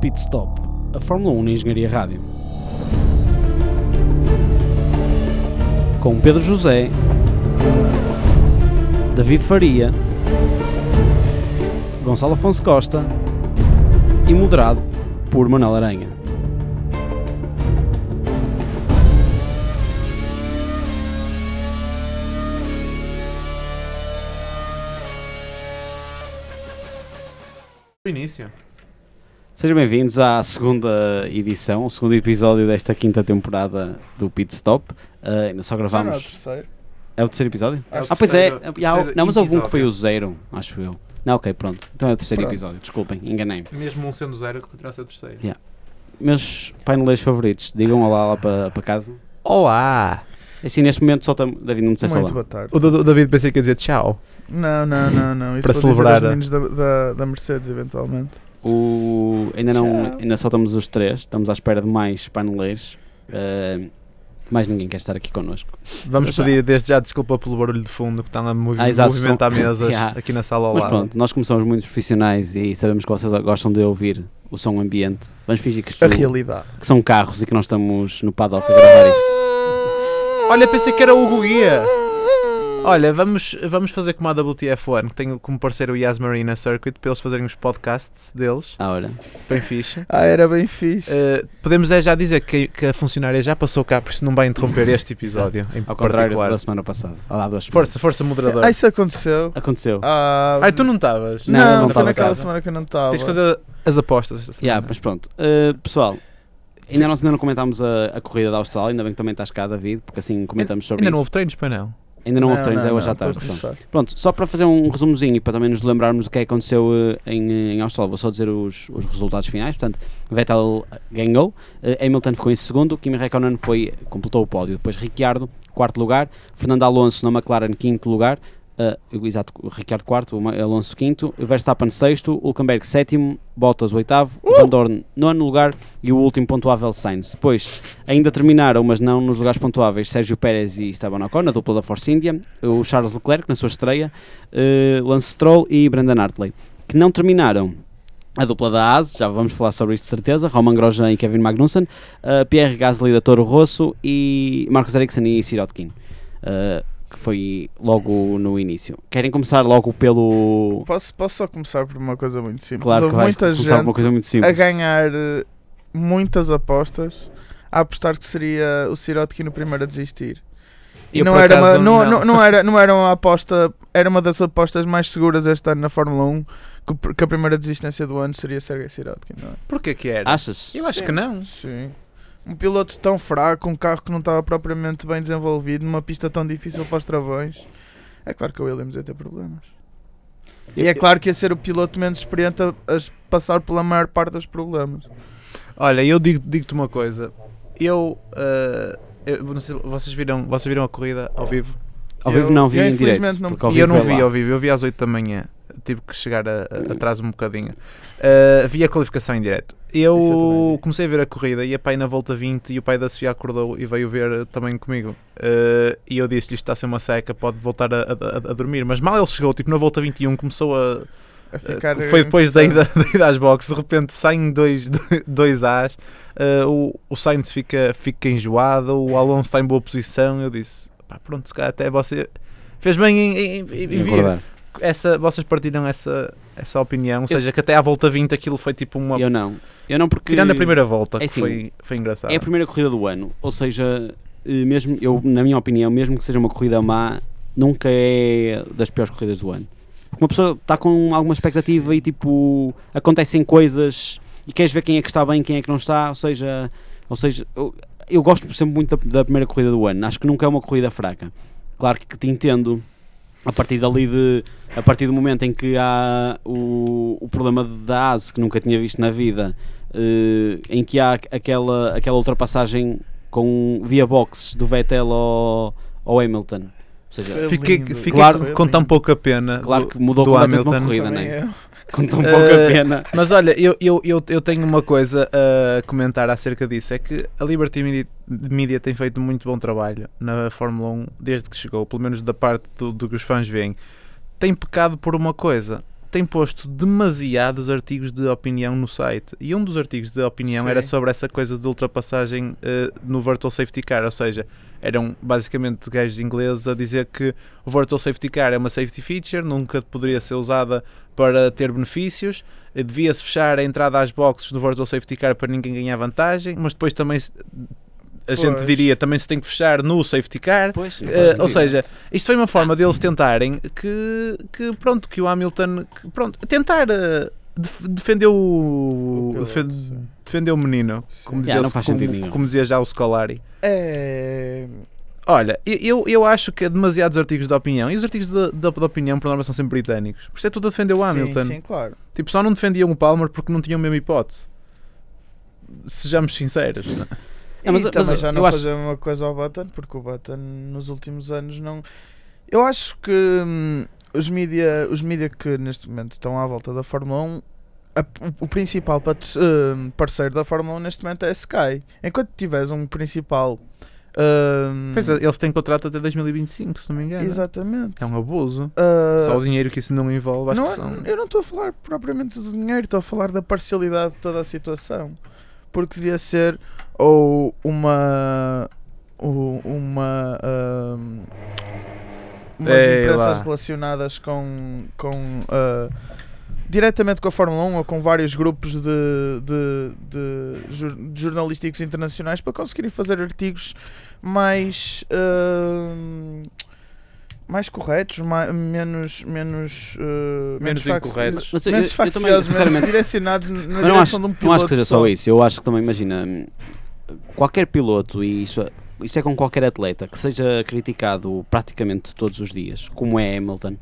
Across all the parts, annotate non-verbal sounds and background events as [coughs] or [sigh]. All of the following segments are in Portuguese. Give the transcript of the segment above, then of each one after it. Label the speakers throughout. Speaker 1: Pit Stop, a Fórmula 1 na Engenharia Rádio. Com Pedro José, David Faria, Gonçalo Afonso Costa e moderado por Manuel Aranha.
Speaker 2: O início.
Speaker 1: Sejam bem-vindos à segunda edição, o segundo episódio desta quinta temporada do Pit Stop. Ah, ainda só
Speaker 3: Já não é o
Speaker 1: gravámos.
Speaker 3: terceiro.
Speaker 1: É o terceiro episódio?
Speaker 2: É o
Speaker 1: Ah, pois é.
Speaker 2: terceiro-
Speaker 1: Ah,
Speaker 2: terceiro
Speaker 1: não, mas houve um que foi o
Speaker 2: episódio.
Speaker 1: zero, acho eu. Não, ok, pronto. Então é o terceiro
Speaker 3: Pronto.
Speaker 1: episódio, desculpem, enganei-me.
Speaker 2: Mesmo um sendo zero, continuará a ser o terceiro.
Speaker 1: Meus paineleiros favoritos, digam olá lá para para casa.
Speaker 4: Olá!
Speaker 1: Assim, neste momento só estamos. David, não sei se
Speaker 3: Muito
Speaker 1: olá.
Speaker 3: boa tarde.
Speaker 4: O D- David pensei que ia dizer tchau.
Speaker 3: Não, não, não, não. Isso
Speaker 4: Para
Speaker 3: vou dizer
Speaker 4: celebrar
Speaker 3: aos
Speaker 4: a-
Speaker 3: meninos da, da, da Mercedes, eventualmente.
Speaker 1: O, ainda, não,
Speaker 3: Tchau.
Speaker 1: ainda só estamos os três, estamos à espera de mais paineleiros. Ah, mais ninguém quer estar aqui connosco.
Speaker 4: Vamos
Speaker 1: Já.
Speaker 4: pedir desde já desculpa pelo barulho de fundo que está a movi
Speaker 1: Ah, exato,
Speaker 4: movimentar
Speaker 1: som.
Speaker 4: mesas
Speaker 1: [laughs] Yeah.
Speaker 4: aqui na sala ao
Speaker 1: Mas
Speaker 4: lado.
Speaker 1: pronto, nós como somos muito profissionais e sabemos que vocês gostam de ouvir o som ambiente, vamos fingir que, isto-
Speaker 3: A realidade.
Speaker 1: que são carros e que nós estamos no paddock a gravar isto.
Speaker 4: Olha, pensei que era o Hugo Guia. Olha, vamos, vamos fazer como a WTF1, que tenho como parceiro o Yas Marina Circuit, para eles fazerem os podcasts deles,
Speaker 1: Ah, olha.
Speaker 4: bem fixe.
Speaker 3: Ah, era bem fixe.
Speaker 4: Eh, podemos é já dizer que, que a funcionária já passou cá, por isso não vai interromper este episódio em
Speaker 1: Ao contrário
Speaker 4: particular.
Speaker 1: da semana passada. Olá, duas semanas.
Speaker 4: Força, força, moderador.
Speaker 3: ah, isso aconteceu.
Speaker 1: Aconteceu.
Speaker 3: Ah,
Speaker 4: Ai, tu não estavas?
Speaker 3: Não,
Speaker 1: Não, não
Speaker 3: foi
Speaker 1: estava
Speaker 3: naquela
Speaker 1: cá.
Speaker 3: semana que eu não estava.
Speaker 4: Tens de fazer as apostas esta semana.
Speaker 1: Yeah, mas pronto. Uh, pessoal, ainda nós ainda não comentámos a, a corrida da Austrália, ainda bem que também estás cá, David, porque assim comentamos sobre
Speaker 4: Ainda não
Speaker 1: isso.
Speaker 4: houve treinos, pois não?
Speaker 1: ainda não houve treinos, é hoje à
Speaker 3: não,
Speaker 1: tarde.
Speaker 3: estou a
Speaker 1: só.
Speaker 3: começar.
Speaker 1: Pronto, só para fazer um resumozinho, para também nos lembrarmos do que é que aconteceu eh, em, em Austrália, vou só dizer os, os resultados finais. Portanto, Vettel ganhou, eh, Hamilton ficou em segundo, Kimi Räikkönen foi, completou o pódio, depois Ricciardo, quarto lugar, Fernando Alonso na McLaren, quinto lugar, eh, exato, Ricciardo quarto, o Ma- Alonso quinto, Verstappen sexto, Hülkenberg sétimo, Bottas oitavo, Van Dorn nono lugar e o último pontuável Sainz. Depois, ainda terminaram, mas não nos lugares pontuáveis, Sérgio Pérez e Esteban Ocon, na dupla da Force India, o Charles Leclerc na sua estreia, eh, Lance Stroll e Brandon Hartley, que não terminaram. A dupla da AS, já vamos falar sobre isto de certeza, Roman Grosjean e Kevin Magnussen, eh, Pierre Gasly da Toro Rosso e Marcos Ericsson e Sirotkin, eh, que foi logo no início. Querem começar logo pelo...
Speaker 3: Posso, posso só começar por uma coisa muito simples.
Speaker 1: Claro que
Speaker 3: Houve
Speaker 1: vai
Speaker 3: muita
Speaker 1: começar por uma
Speaker 3: gente
Speaker 1: coisa muito
Speaker 3: a
Speaker 1: simples.
Speaker 3: ganhar eh, muitas apostas a apostar que seria o Sirotkin o primeiro a desistir. E
Speaker 4: Eu,
Speaker 3: não,
Speaker 4: por
Speaker 3: era uma,
Speaker 4: acaso,
Speaker 3: não, não. não era, não era uma aposta, era uma das apostas mais seguras este ano na Fórmula 1, que, pr- que a primeira desistência do ano seria Sergei Sirotkin, não é?
Speaker 4: Porquê que era?
Speaker 1: Achas?
Speaker 4: Eu acho
Speaker 3: Sim.
Speaker 4: que não.
Speaker 3: Sim. Um piloto tão fraco, um carro que não estava propriamente bem desenvolvido, numa pista tão difícil para os travões. É claro que o Williams ia ter problemas. E é claro que ia ser o piloto menos experiente a, a s- passar pela maior parte dos problemas.
Speaker 4: Olha, eu digo- digo-te uma coisa. Eu, ah, eu não sei, vocês viram, vocês viram a corrida ao vivo?
Speaker 1: Ao vivo
Speaker 3: Eu-
Speaker 1: não vi
Speaker 3: eu
Speaker 1: em direto,
Speaker 3: infelizmente não-
Speaker 1: porque ao
Speaker 4: e eu
Speaker 1: vivo
Speaker 4: não
Speaker 1: é
Speaker 4: vi
Speaker 1: lá.
Speaker 4: ao vivo, eu vi às 8 da manhã. Tive que chegar a- a- atrás um bocadinho. Ah, vi a qualificação em direto. Eu
Speaker 3: Isso eu também vi.
Speaker 4: comecei a ver a corrida e a pai na volta 20 e o pai da Sofia acordou e veio ver ah, também comigo. Ah, e eu disse-lhe: isto está a ser uma seca, pode voltar a, a- a dormir. Mas mal ele chegou, tipo na volta 21, começou a,
Speaker 3: A
Speaker 4: Uh,
Speaker 3: ficar eh,
Speaker 4: foi depois da
Speaker 3: interessado.
Speaker 4: ida, da ida às boxes, de repente saem dois, [laughs] dois As, uh, o, o Sainz fica, fica enjoado, o Alonso está em boa posição. Eu disse: "Pá, pronto, se calhar até você fez bem em, em- em- em
Speaker 1: É
Speaker 4: vir."
Speaker 1: verdade.
Speaker 4: Essa, vocês partilham essa, essa opinião, ou seja, que até à volta 20 aquilo foi tipo uma.
Speaker 1: Eu não. Eu não porque...
Speaker 4: Tirando a primeira volta,
Speaker 1: é
Speaker 4: que
Speaker 1: assim,
Speaker 4: foi, foi engraçado.
Speaker 1: É a primeira corrida do ano, ou seja, eh, mesmo eu, na minha opinião, mesmo que seja uma corrida má, nunca é das piores corridas do ano. Porque uma pessoa está com alguma expectativa e tipo acontecem coisas e queres ver quem é que está bem, quem é que não está, ou seja, ou seja, eu, eu gosto sempre muito da, da primeira corrida do ano. Acho que nunca é uma corrida fraca. Claro que te entendo. A partir dali de a partir do momento em que há o, o problema da ASE que nunca tinha visto na vida, eh, em que há aquela, aquela ultrapassagem com via boxes do Vettel ao, ao Hamilton. Ou seja,
Speaker 3: Foi
Speaker 4: Fiquei,
Speaker 3: lindo,
Speaker 4: fiquei
Speaker 3: claro,
Speaker 4: com-
Speaker 3: foi
Speaker 4: com tão
Speaker 3: lindo.
Speaker 4: pouca pena.
Speaker 1: claro
Speaker 4: do-
Speaker 1: que mudou
Speaker 4: do
Speaker 1: completamente uma
Speaker 4: Hamilton.
Speaker 1: corrida,
Speaker 3: Também é.
Speaker 1: né?
Speaker 3: eu.
Speaker 1: [laughs] Com tão pouca
Speaker 4: Eh,
Speaker 1: pena.
Speaker 4: Mas olha, eu, eu, eu, eu tenho uma coisa a comentar acerca disso: é que a Liberty Media, Media tem feito muito bom trabalho na Fórmula 1 desde que chegou, pelo menos da parte do, do que os fãs veem. Tem pecado por uma coisa: tem posto demasiados artigos de opinião no site. E um dos artigos de opinião
Speaker 3: Sim.
Speaker 4: era sobre essa coisa de ultrapassagem eh, no Virtual Safety Car, ou seja, eram basicamente gajos ingleses a dizer que o Virtual Safety Car é uma safety feature, nunca poderia ser usada para ter benefícios, eh, devia-se fechar a entrada às boxes do Virtual Safety Car para ninguém ganhar vantagem, mas depois também se- a gente
Speaker 3: Pois.
Speaker 4: diria também se tem que fechar no Safety Car.
Speaker 1: Pois,
Speaker 4: Eh, ou seja, isto foi uma forma deles tentarem que, que pronto, que o Hamilton, que, pronto, tentar eh, def- defender o,
Speaker 3: O piloto,
Speaker 4: defen-
Speaker 3: sim.
Speaker 4: defender o menino, como dizia,
Speaker 1: Yeah, não
Speaker 4: o-
Speaker 1: faz
Speaker 4: como-
Speaker 1: sentido nenhum.
Speaker 4: como dizia já o Scolari.
Speaker 3: É.
Speaker 4: Olha, eu- eu, eu acho que há demasiados artigos de opinião, e os artigos de, de- de opinião por norma são sempre britânicos, por isso é tudo a defender o Hamilton.
Speaker 3: Sim, sim, claro.
Speaker 4: Tipo, só não defendiam o Palmer porque não tinham a mesma hipótese. Sejamos sinceros.
Speaker 1: É, mas-
Speaker 3: e
Speaker 1: mas
Speaker 3: também
Speaker 1: eu-
Speaker 3: já não
Speaker 1: eu acho-
Speaker 3: fazer a mesma coisa ao Button, porque o Button nos últimos anos não. Eu acho que hum, os mídia os media que neste momento estão à volta da Fórmula 1, a- o- o principal pat- hum, parceiro da Fórmula 1 neste momento é a Sky. Enquanto tiveres um principal. hum,
Speaker 4: Pois é, eles têm contrato até 2025, se não me engano.
Speaker 3: exatamente.
Speaker 4: É um abuso.
Speaker 3: Ah,
Speaker 4: Só o dinheiro que isso não envolve, acho
Speaker 3: não,
Speaker 1: é?
Speaker 4: que são.
Speaker 3: Eu não estou a falar propriamente do dinheiro, estou a falar da parcialidade de toda a situação. Porque devia ser ou uma. Ou uma. ahm, umas
Speaker 4: Ei,
Speaker 3: empresas
Speaker 4: É, lá.
Speaker 3: relacionadas com. com ah, diretamente com a Fórmula 1 ou com vários grupos de, de, de jor- de jornalísticos internacionais para conseguirem fazer artigos mais ahm, mais corretos, ma- menos menos eh,
Speaker 4: Menos
Speaker 3: fac-
Speaker 4: incorretos.
Speaker 1: Mas eu-
Speaker 3: menos
Speaker 1: eu- eu também,
Speaker 3: facciosos, menos
Speaker 1: sinceramente-
Speaker 3: direcionados na
Speaker 1: Mas não
Speaker 3: direção
Speaker 1: acho,
Speaker 3: de um piloto.
Speaker 1: não acho que seja só
Speaker 3: só.
Speaker 1: isso. Eu acho que também, imagina, hum, qualquer piloto, e isso, isso é com qualquer atleta, que seja criticado praticamente todos os dias, como é Hamilton,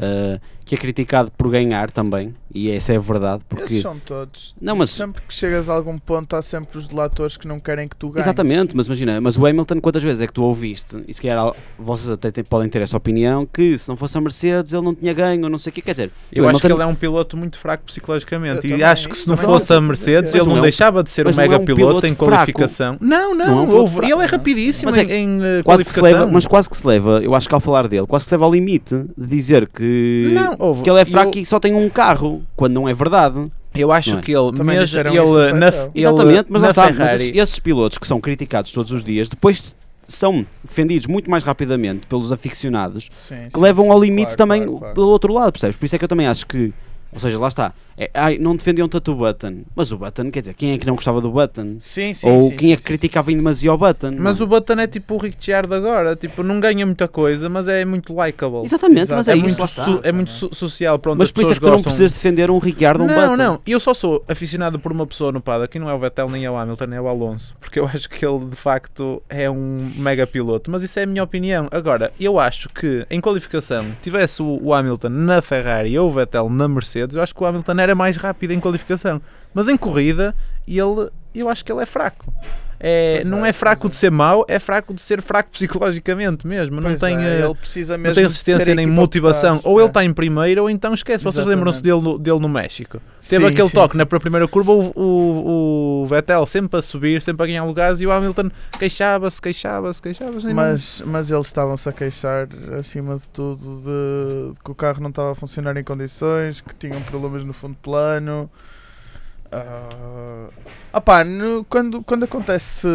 Speaker 1: uh, que é criticado por ganhar também, e essa é a verdade, porque.
Speaker 3: Esses são todos.
Speaker 1: Não, mas.
Speaker 3: Sempre que chegas a algum ponto, há sempre os delatores que não querem que tu ganhes.
Speaker 1: Exatamente, mas imagina, mas o Hamilton, quantas vezes é que tu ouviste? E se calhar al- vocês até te- podem ter essa opinião que se não fosse a Mercedes ele não tinha ganho, ou não sei o que, quer dizer,
Speaker 4: Eu
Speaker 1: o
Speaker 4: acho que
Speaker 1: Hamilton-
Speaker 4: ele é um piloto muito fraco psicologicamente. e
Speaker 3: Eu também,
Speaker 4: acho que se não
Speaker 3: também.
Speaker 4: fosse a Mercedes,
Speaker 1: Mas
Speaker 4: ele
Speaker 1: não
Speaker 4: não
Speaker 1: é um-
Speaker 4: deixava de ser um
Speaker 1: mas não é um
Speaker 4: mega piloto
Speaker 1: piloto
Speaker 4: em
Speaker 1: fraco.
Speaker 4: qualificação. Não, não,
Speaker 1: Não é um piloto
Speaker 4: houve-
Speaker 1: fraco,
Speaker 4: ele é
Speaker 3: não.
Speaker 4: rapidíssimo
Speaker 1: Mas é
Speaker 4: em, em, eh,
Speaker 1: quase que se
Speaker 4: qualificação.
Speaker 1: leva, mas quase que se leva, eu acho que ao falar dele, quase que se leva ao limite de dizer que,
Speaker 4: Não, houve.
Speaker 1: que ele é
Speaker 4: Eu-
Speaker 1: fraco e só tem um carro, quando não é verdade.
Speaker 4: Eu acho
Speaker 1: Não é?
Speaker 4: que ele,
Speaker 3: Também
Speaker 4: mesmo
Speaker 3: disseram
Speaker 4: ele,
Speaker 3: isso no
Speaker 4: na,
Speaker 3: Feitel.
Speaker 4: ele
Speaker 1: Exatamente, mas
Speaker 4: na
Speaker 1: lá está, mas
Speaker 4: Ferrari,
Speaker 1: esses, esses pilotos que são criticados todos os dias, depois são defendidos muito mais rapidamente pelos aficionados
Speaker 3: Sim,
Speaker 1: que
Speaker 3: sim,
Speaker 1: levam ao limite
Speaker 3: claro,
Speaker 1: também
Speaker 3: claro, claro.
Speaker 1: pelo outro lado, percebes? Por isso é que eu também acho que, ou seja, lá está, é, ai, não defendiam tanto o Button, mas o Button, quer dizer, quem é que não gostava do Button?
Speaker 3: Sim, sim,
Speaker 1: Ou
Speaker 3: sim,
Speaker 1: quem é que
Speaker 3: sim, sim.
Speaker 1: criticava em demasia o Button?
Speaker 4: Mas
Speaker 1: não
Speaker 4: o Button é tipo o Ricciardo agora, tipo, não ganha muita coisa, mas é muito likable.
Speaker 1: é? Exatamente, mas
Speaker 3: Exato,
Speaker 1: é,
Speaker 4: É
Speaker 1: isso,
Speaker 4: muito,
Speaker 1: lá está.
Speaker 4: so- é muito so- social, pronto,
Speaker 1: Mas
Speaker 4: as
Speaker 1: por isso é
Speaker 4: pessoas
Speaker 1: que tu não
Speaker 4: gostam-
Speaker 1: precisas defender um Ricciardo ou um
Speaker 4: não,
Speaker 1: Button.
Speaker 4: não, eu só sou aficionado por uma pessoa no paddock, e não é o Vettel nem é o Hamilton, é o Alonso, porque eu acho que ele de facto é um mega piloto, mas isso é a minha opinião. Agora, eu acho que em qualificação, tivesse o, o Hamilton na Ferrari ou o Vettel na Mercedes, eu acho que o Hamilton era mais rápido em qualificação, mas em corrida, ele, eu acho que ele é fraco. É,
Speaker 3: Pois
Speaker 4: não
Speaker 3: é,
Speaker 4: é fraco
Speaker 3: pois
Speaker 4: de ser mau, é fraco de ser fraco psicologicamente mesmo. não
Speaker 3: Pois
Speaker 4: tem.
Speaker 3: é,
Speaker 4: eh,
Speaker 3: ele precisa mesmo
Speaker 4: não tem
Speaker 3: de ter
Speaker 4: resistência
Speaker 3: a
Speaker 4: nem
Speaker 3: equipa
Speaker 4: motivação.
Speaker 3: por trás,
Speaker 4: Ou ele tá-
Speaker 3: é.
Speaker 4: está em primeiro ou então esquece. Vocês
Speaker 3: Exatamente.
Speaker 4: lembram-se dele, no- dele no México. Teve
Speaker 3: Sim,
Speaker 4: aquele
Speaker 3: sim,
Speaker 4: toque
Speaker 3: sim.
Speaker 4: na primeira curva, o, o, o Vettel sempre a subir, sempre a ganhar lugares e o Hamilton queixava-se, queixava-se, queixava-se. e não- é
Speaker 3: Mas, mas eles estavam-se a queixar, acima de tudo, de, de que o carro não estava a funcionar em condições, que tinham problemas no fundo plano. Ah, opá, no- quando, quando acontece.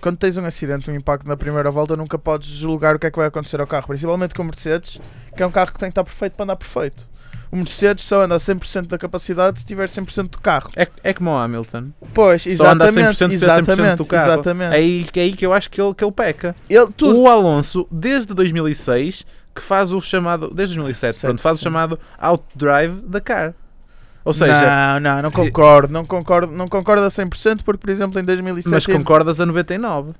Speaker 3: Quando tens um acidente, um impacto na primeira volta, nunca podes julgar o que é que vai acontecer ao carro, principalmente com o Mercedes, que é um carro que tem que estar perfeito para andar perfeito. O Mercedes só anda a 100% da capacidade se tiver 100% do carro.
Speaker 4: É, é como o Hamilton.
Speaker 3: Pois,
Speaker 4: Só anda a 100%
Speaker 3: exatamente.
Speaker 4: se é 100%
Speaker 3: exatamente,
Speaker 4: do carro.
Speaker 3: exatamente.
Speaker 4: É aí, é aí que eu acho que ele, que ele peca.
Speaker 3: Ele, tudo,
Speaker 4: O Alonso, desde 2006, que faz o chamado. Desde 2007,
Speaker 3: Sete,
Speaker 4: pronto, faz o
Speaker 3: sim.
Speaker 4: chamado Outdrive da Car. Ou seja,
Speaker 3: não, não, não concordo, não concordo, não concordo a 100% porque, por exemplo, em 2007
Speaker 4: Mas concordas a 99.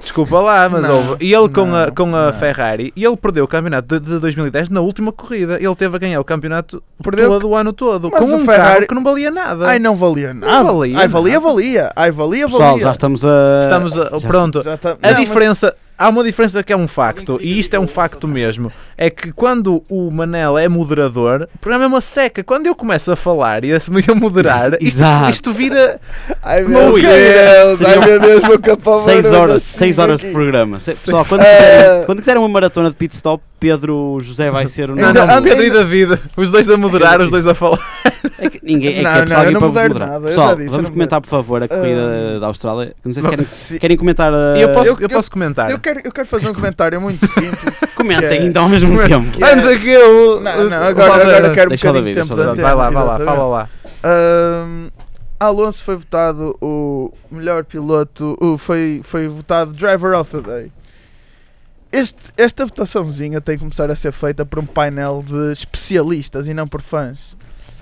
Speaker 4: Desculpa lá, mas
Speaker 3: Não,
Speaker 4: houve. E ele com a,
Speaker 3: não,
Speaker 4: com a
Speaker 3: não.
Speaker 4: Ferrari, e ele perdeu o campeonato de, de 2010 na última corrida. Ele teve a ganhar o campeonato
Speaker 3: Perdeu-
Speaker 4: todo o ano todo.
Speaker 3: Mas
Speaker 4: com
Speaker 3: o
Speaker 4: um carro
Speaker 3: Ferrari-
Speaker 4: que não valia nada.
Speaker 3: ai não valia nada,
Speaker 4: valia
Speaker 3: ai valia, valia, ai valia,
Speaker 1: Pessoal,
Speaker 3: valia.
Speaker 1: já estamos a.
Speaker 4: Estamos a-
Speaker 1: já
Speaker 4: pronto.
Speaker 3: Já tá-
Speaker 4: A
Speaker 3: Não,
Speaker 4: diferença. Há uma diferença que é um facto, e isto é um facto mesmo. É que quando o Manel é moderador, o programa é uma seca. Quando eu começo a falar e a se- a moderar, isto,
Speaker 1: Exato.
Speaker 4: isto vira.
Speaker 3: mas- Ai meu
Speaker 4: Ui.
Speaker 3: Deus, ai
Speaker 1: Seriam-
Speaker 3: meu Deus, meu capão.
Speaker 1: 6
Speaker 3: meu Deus, assim,
Speaker 1: horas, seis
Speaker 3: siga
Speaker 1: horas de
Speaker 3: aqui.
Speaker 1: programa. Se- Pessoal, quando
Speaker 3: É.
Speaker 1: quiserem, quando quiserem uma maratona de pit stop, Pedro José vai ser o
Speaker 4: Não,
Speaker 1: nosso.
Speaker 3: Ainda-
Speaker 4: não,
Speaker 3: ainda-
Speaker 4: Pedro e David, os dois a moderar, os dois a falar.
Speaker 1: É que ninguém é que
Speaker 3: Não,
Speaker 1: é preciso
Speaker 3: não,
Speaker 1: alguém
Speaker 3: eu não
Speaker 1: para
Speaker 3: mudar
Speaker 1: vos moderar.
Speaker 3: nada, eu já
Speaker 1: Pessoal,
Speaker 3: disse, eu
Speaker 1: vamos
Speaker 3: não
Speaker 1: comentar por favor a corrida
Speaker 3: Ah.
Speaker 1: da Austrália. Não sei se querem,
Speaker 3: Sim.
Speaker 1: querem comentar. ah, a-
Speaker 4: Eu posso,
Speaker 3: eu-
Speaker 4: eu posso comentar.
Speaker 3: Eu quero, eu quero fazer um comentário muito simples.
Speaker 1: Comentem
Speaker 3: que é-
Speaker 1: então ao mesmo
Speaker 3: que- é-
Speaker 1: tempo.
Speaker 4: Vamos aqui, o.
Speaker 3: Não,
Speaker 4: o-
Speaker 3: não,
Speaker 4: o
Speaker 3: agora,
Speaker 4: Valverde.
Speaker 3: agora quero um
Speaker 1: Deixa o
Speaker 3: bocadinho de
Speaker 1: David,
Speaker 3: tempo
Speaker 1: deixa o
Speaker 3: de
Speaker 4: Pronto,
Speaker 1: David.
Speaker 3: antena,
Speaker 4: vai lá, vai lá,
Speaker 3: exatamente.
Speaker 4: fala lá.
Speaker 3: Ahm, Alonso foi votado o melhor piloto, o- foi, foi votado Driver of the Day. Este, esta votaçãozinha tem que começar a ser feita por um painel de especialistas e não por fãs.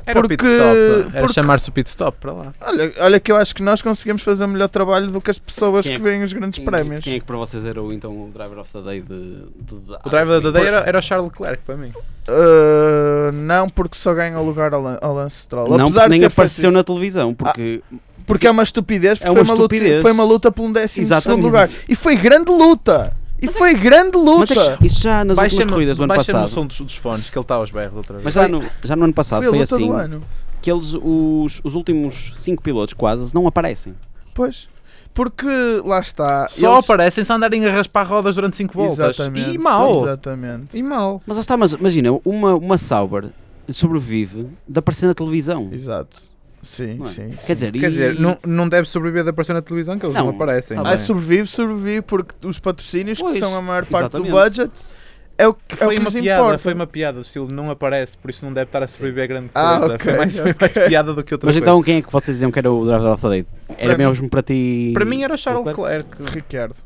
Speaker 4: Era
Speaker 3: Porque-
Speaker 4: o pit stop. Era
Speaker 3: porque-
Speaker 4: chamar-se o pit stop para lá.
Speaker 3: Olha, olha que eu acho que nós conseguimos fazer um melhor trabalho do que as pessoas
Speaker 1: Quem é
Speaker 3: que veem os grandes
Speaker 1: Quem-
Speaker 3: prémios.
Speaker 1: Quem é que para vocês era o, então, o driver of the day de. de- de-
Speaker 4: O driver da Day é era, era o Charles Leclerc para mim.
Speaker 3: Ah, não porque só ganha lugar ao, Lan- ao Lance Stroll.
Speaker 1: Não, porque
Speaker 3: Apesar de
Speaker 1: nem
Speaker 3: ter feito
Speaker 1: apareceu
Speaker 3: isso.
Speaker 1: na televisão, porque
Speaker 3: Porque é uma estupidez, porque
Speaker 1: É uma
Speaker 3: foi, uma Luta,
Speaker 1: estupidez.
Speaker 3: foi uma luta por um décimo segundo
Speaker 1: Exatamente.
Speaker 3: lugar. E foi grande luta! E foi grande
Speaker 1: Mas
Speaker 3: luta!
Speaker 1: é que isso já nas últimas
Speaker 4: Baixa-me-
Speaker 1: corridas do ano
Speaker 4: baixa-me
Speaker 1: passado.
Speaker 4: o som dos, dos fones, que ele está aos berros outra vez.
Speaker 1: Mas já no, já no ano passado
Speaker 3: foi a
Speaker 1: foi,
Speaker 3: luta
Speaker 1: assim
Speaker 3: do ano.
Speaker 1: que eles, os, os últimos 5 pilotos quase não aparecem.
Speaker 3: Pois. Porque lá está.
Speaker 4: Só
Speaker 3: eles-
Speaker 4: aparecem se andarem a raspar rodas durante 5 voltas.
Speaker 3: Exatamente.
Speaker 4: E mal.
Speaker 3: Exatamente.
Speaker 4: E mal.
Speaker 1: Mas lá está, mas imagina, uma, uma Sauber sobrevive de aparecer na televisão.
Speaker 3: Exato. Sim,
Speaker 1: Não é?
Speaker 3: sim.
Speaker 1: Quer dizer,
Speaker 4: Quer
Speaker 1: e-
Speaker 4: dizer, não, não deve sobreviver de aparecer na televisão, que eles não,
Speaker 1: Não.
Speaker 4: aparecem.
Speaker 1: Ah,
Speaker 4: não
Speaker 3: Ah,
Speaker 4: é?
Speaker 3: sobrevive, sobrevive, porque os patrocínios, que
Speaker 1: Pois,
Speaker 3: são a maior parte do
Speaker 1: exatamente.
Speaker 3: budget, é o que, é o
Speaker 4: Foi
Speaker 3: que
Speaker 4: uma
Speaker 3: lhes
Speaker 4: piada,
Speaker 3: importa.
Speaker 4: foi uma piada, o estilo não aparece, por isso não deve estar a sobreviver a grande coisa.
Speaker 3: Ah,
Speaker 4: foi,
Speaker 3: ok,
Speaker 4: mais, foi mais piada do que outra
Speaker 1: Mas
Speaker 4: coisa.
Speaker 1: então quem é que vocês diziam que era o driver of the day? Era
Speaker 3: Para mim-
Speaker 1: mesmo para ti.
Speaker 4: Para mim era o Charles
Speaker 1: Leclerc?
Speaker 4: Leclerc.
Speaker 3: Ricardo.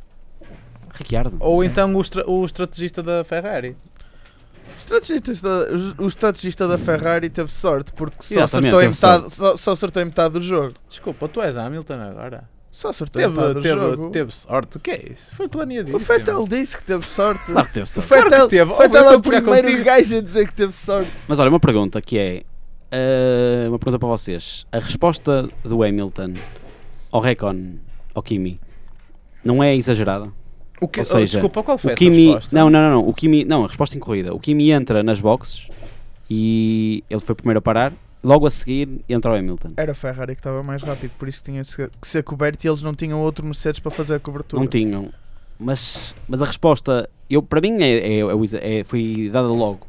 Speaker 1: Ricciardo.
Speaker 4: Ou então o, estra- o estrategista da Ferrari.
Speaker 3: O estrategista, da, os- o estrategista da Ferrari teve sorte porque só
Speaker 1: Exatamente,
Speaker 3: acertou, em
Speaker 1: teve sorte.
Speaker 3: metade, só, só acertou em metade do jogo.
Speaker 4: Desculpa, tu és Hamilton agora.
Speaker 3: Só acertou em metade
Speaker 4: Teve,
Speaker 3: do
Speaker 4: teve,
Speaker 3: jogo.
Speaker 4: teve sorte. O que é isso? Foi planeadíssimo.
Speaker 3: O Fettel disse que
Speaker 1: [laughs]
Speaker 3: teve
Speaker 4: então-
Speaker 3: sorte.
Speaker 1: Claro que teve
Speaker 4: [laughs]
Speaker 3: O
Speaker 1: sorte.
Speaker 3: Fettel,
Speaker 4: Claro que teve.
Speaker 3: o
Speaker 4: Oh, eu
Speaker 3: Fettel é
Speaker 4: estou
Speaker 3: o
Speaker 4: a pegar
Speaker 3: primeiro
Speaker 4: contigo.
Speaker 3: gajo a dizer que teve sorte.
Speaker 1: Mas olha, uma pergunta que é. ah, uma pergunta para vocês. A resposta do Hamilton ao Recon, ao Kimi, não é exagerada?
Speaker 4: O que,
Speaker 1: Ou seja,
Speaker 4: desculpa, qual foi
Speaker 1: o
Speaker 4: a
Speaker 1: Kimi,
Speaker 4: resposta?
Speaker 1: não, não, não, não, o Kimi, não, a resposta em corrida. O Kimi entra nas boxes e ele foi o primeiro a parar. Logo a seguir entra o Hamilton.
Speaker 3: Era a Ferrari que estava mais rápido, por isso tinha de ser- que ser coberto e eles não tinham outro Mercedes para fazer a cobertura.
Speaker 1: Não tinham. Mas, mas a resposta, eu, para mim, é, é- é o exa- é- foi dada logo.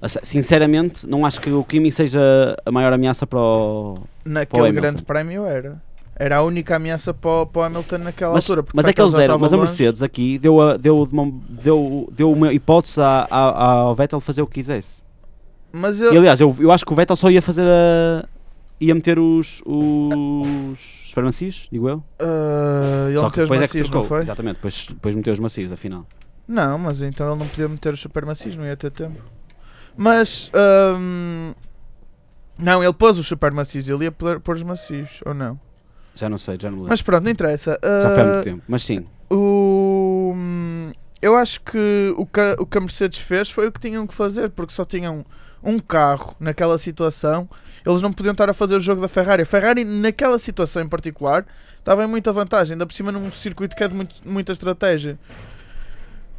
Speaker 1: A se- Sinceramente, não acho que o Kimi seja a maior ameaça para o. Para o
Speaker 3: Naquele
Speaker 1: Hamilton.
Speaker 3: grande prémio era. Era a única ameaça para o, para o Hamilton naquela
Speaker 1: Mas,
Speaker 3: altura. porque
Speaker 1: mas é que
Speaker 3: Vettel
Speaker 1: eles
Speaker 3: já
Speaker 1: deram,
Speaker 3: estava
Speaker 1: mas a
Speaker 3: longe.
Speaker 1: Mercedes aqui deu, a- deu, de uma, deu, deu uma hipótese a- a- ao Vettel fazer o que quisesse.
Speaker 3: Mas
Speaker 1: E
Speaker 3: eu,
Speaker 1: aliás, eu, eu acho que o Vettel só ia fazer a. ia meter os. os. espermacios, digo eu.
Speaker 3: Ah, ele
Speaker 1: só que
Speaker 3: meteu os
Speaker 1: depois é
Speaker 3: macios,
Speaker 1: que
Speaker 3: não
Speaker 1: trocou.
Speaker 3: foi?
Speaker 1: Exatamente, depois, depois meteu os macios, afinal.
Speaker 3: Não, mas então ele não podia meter o supermacios, não ia ter tempo. Mas. hum, não, ele pôs os supermacios, ele ia pôr pôr os macios, ou não?
Speaker 1: Já não sei, já não me lembro.
Speaker 3: Mas pronto, não interessa.
Speaker 1: já foi há
Speaker 3: Ah,
Speaker 1: muito tempo. Mas sim.
Speaker 3: O, hum, eu acho que o, que o que a Mercedes fez foi o que tinham que fazer, porque só tinham um carro naquela situação. Eles não podiam estar a fazer o jogo da Ferrari. A Ferrari, naquela situação em particular, estava em muita vantagem, ainda por cima num circuito que é de muito- muita estratégia.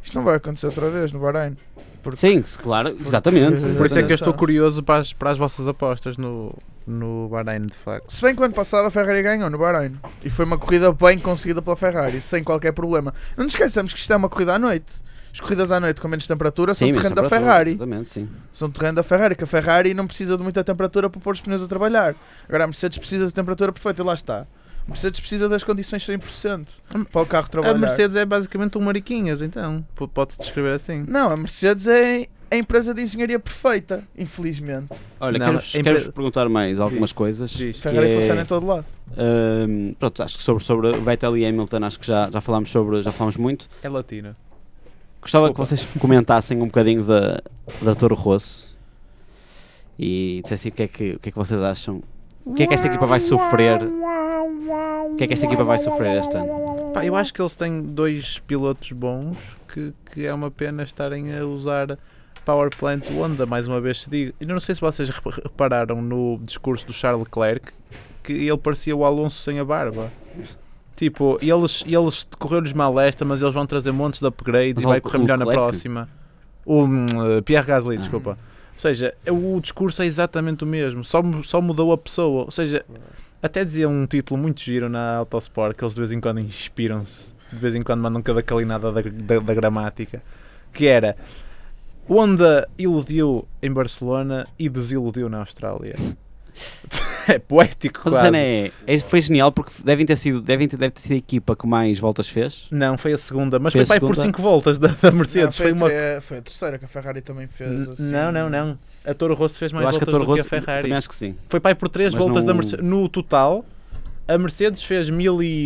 Speaker 3: Isto não vai acontecer outra vez no Bahrein. porque-
Speaker 1: Sim, se- claro, exatamente.
Speaker 4: Por isso é que eu
Speaker 3: Exatamente.
Speaker 4: estou curioso para as, para as vossas apostas no, no Bahrein, de facto.
Speaker 3: Se bem que o ano passado a Ferrari ganhou no Bahrein. E foi uma corrida bem conseguida pela Ferrari, sem qualquer problema. Não nos esqueçamos que isto é uma corrida à noite. As corridas à noite com menos temperatura
Speaker 1: Sim,
Speaker 3: são
Speaker 1: mas
Speaker 3: terreno da
Speaker 1: sempre a tua,
Speaker 3: Ferrari.
Speaker 1: Exatamente, sim.
Speaker 3: São terreno da Ferrari, que a Ferrari não precisa de muita temperatura para pôr os pneus a trabalhar. Agora a Mercedes precisa de temperatura perfeita e lá está. A Mercedes precisa das condições 100% para o carro trabalhar.
Speaker 4: Hum. A Mercedes é basicamente um mariquinhas, então. P- Pode-se descrever assim.
Speaker 3: Não, a Mercedes é a empresa de engenharia perfeita, infelizmente.
Speaker 1: Olha,
Speaker 4: Não,
Speaker 1: quero-vos
Speaker 4: a empre-
Speaker 1: quero-vos perguntar mais algumas coisas.
Speaker 4: Diz.
Speaker 3: A
Speaker 1: que
Speaker 3: Ferrari
Speaker 1: é,
Speaker 3: funciona em todo lado.
Speaker 1: hum, pronto, acho que sobre, sobre Vettel e Hamilton, acho que já, já, falámos sobre, já falámos muito.
Speaker 4: É latina.
Speaker 1: Gostava
Speaker 4: Desculpa.
Speaker 1: que vocês comentassem um bocadinho da, da Toro Rosso e dissessem o que, é que, o que é que vocês acham. O que é que esta equipa vai sofrer? O que é que esta equipa vai sofrer este ano?
Speaker 4: Pá, eu acho que eles têm dois pilotos bons que, que é uma pena estarem a usar Power Plant Honda, mais uma vez se digo. Eu não sei se vocês rep- repararam no discurso do Charles Leclerc que ele parecia o Alonso sem a barba. Tipo, eles, eles correu-lhes mal esta, mas eles vão trazer montes de upgrades
Speaker 1: Mas
Speaker 4: e vai
Speaker 1: o-
Speaker 4: correr
Speaker 1: o
Speaker 4: melhor na
Speaker 1: Leclerc?
Speaker 4: próxima. O hum, eh, Pierre Gasly,
Speaker 1: Ah.
Speaker 4: desculpa. Ou seja, é- o discurso é exatamente o mesmo, só, mu- só mudou a pessoa. Ou seja, até dizia um título muito giro na Autosport que eles de vez em quando inspiram-se, de vez em quando mandam cada calinada da, da, da gramática, que era Honda iludiu em Barcelona e desiludiu na Austrália. [laughs] é poético,
Speaker 1: Mas a cena
Speaker 4: quase.
Speaker 1: é, é- foi genial porque devem ter sido, devem ter, deve ter sido a equipa que mais voltas fez.
Speaker 4: Não, foi a segunda, mas
Speaker 1: Foi
Speaker 4: foi,
Speaker 1: a
Speaker 4: para aí por
Speaker 1: segunda?
Speaker 4: 5 voltas da, da Mercedes.
Speaker 3: foi,
Speaker 4: foi uma.
Speaker 3: tre- é, foi a terceira que a Ferrari também fez.
Speaker 4: N-
Speaker 3: Assim,
Speaker 4: Não, não, não. A Toro Rosso fez mais
Speaker 1: eu acho que a
Speaker 4: voltas
Speaker 1: Toro
Speaker 4: do que
Speaker 1: Rosso
Speaker 4: a Ferrari.
Speaker 1: também acho que sim.
Speaker 4: Foi para aí por 3
Speaker 1: Mas
Speaker 4: voltas
Speaker 1: não-
Speaker 4: da Mercedes. No total, a Mercedes fez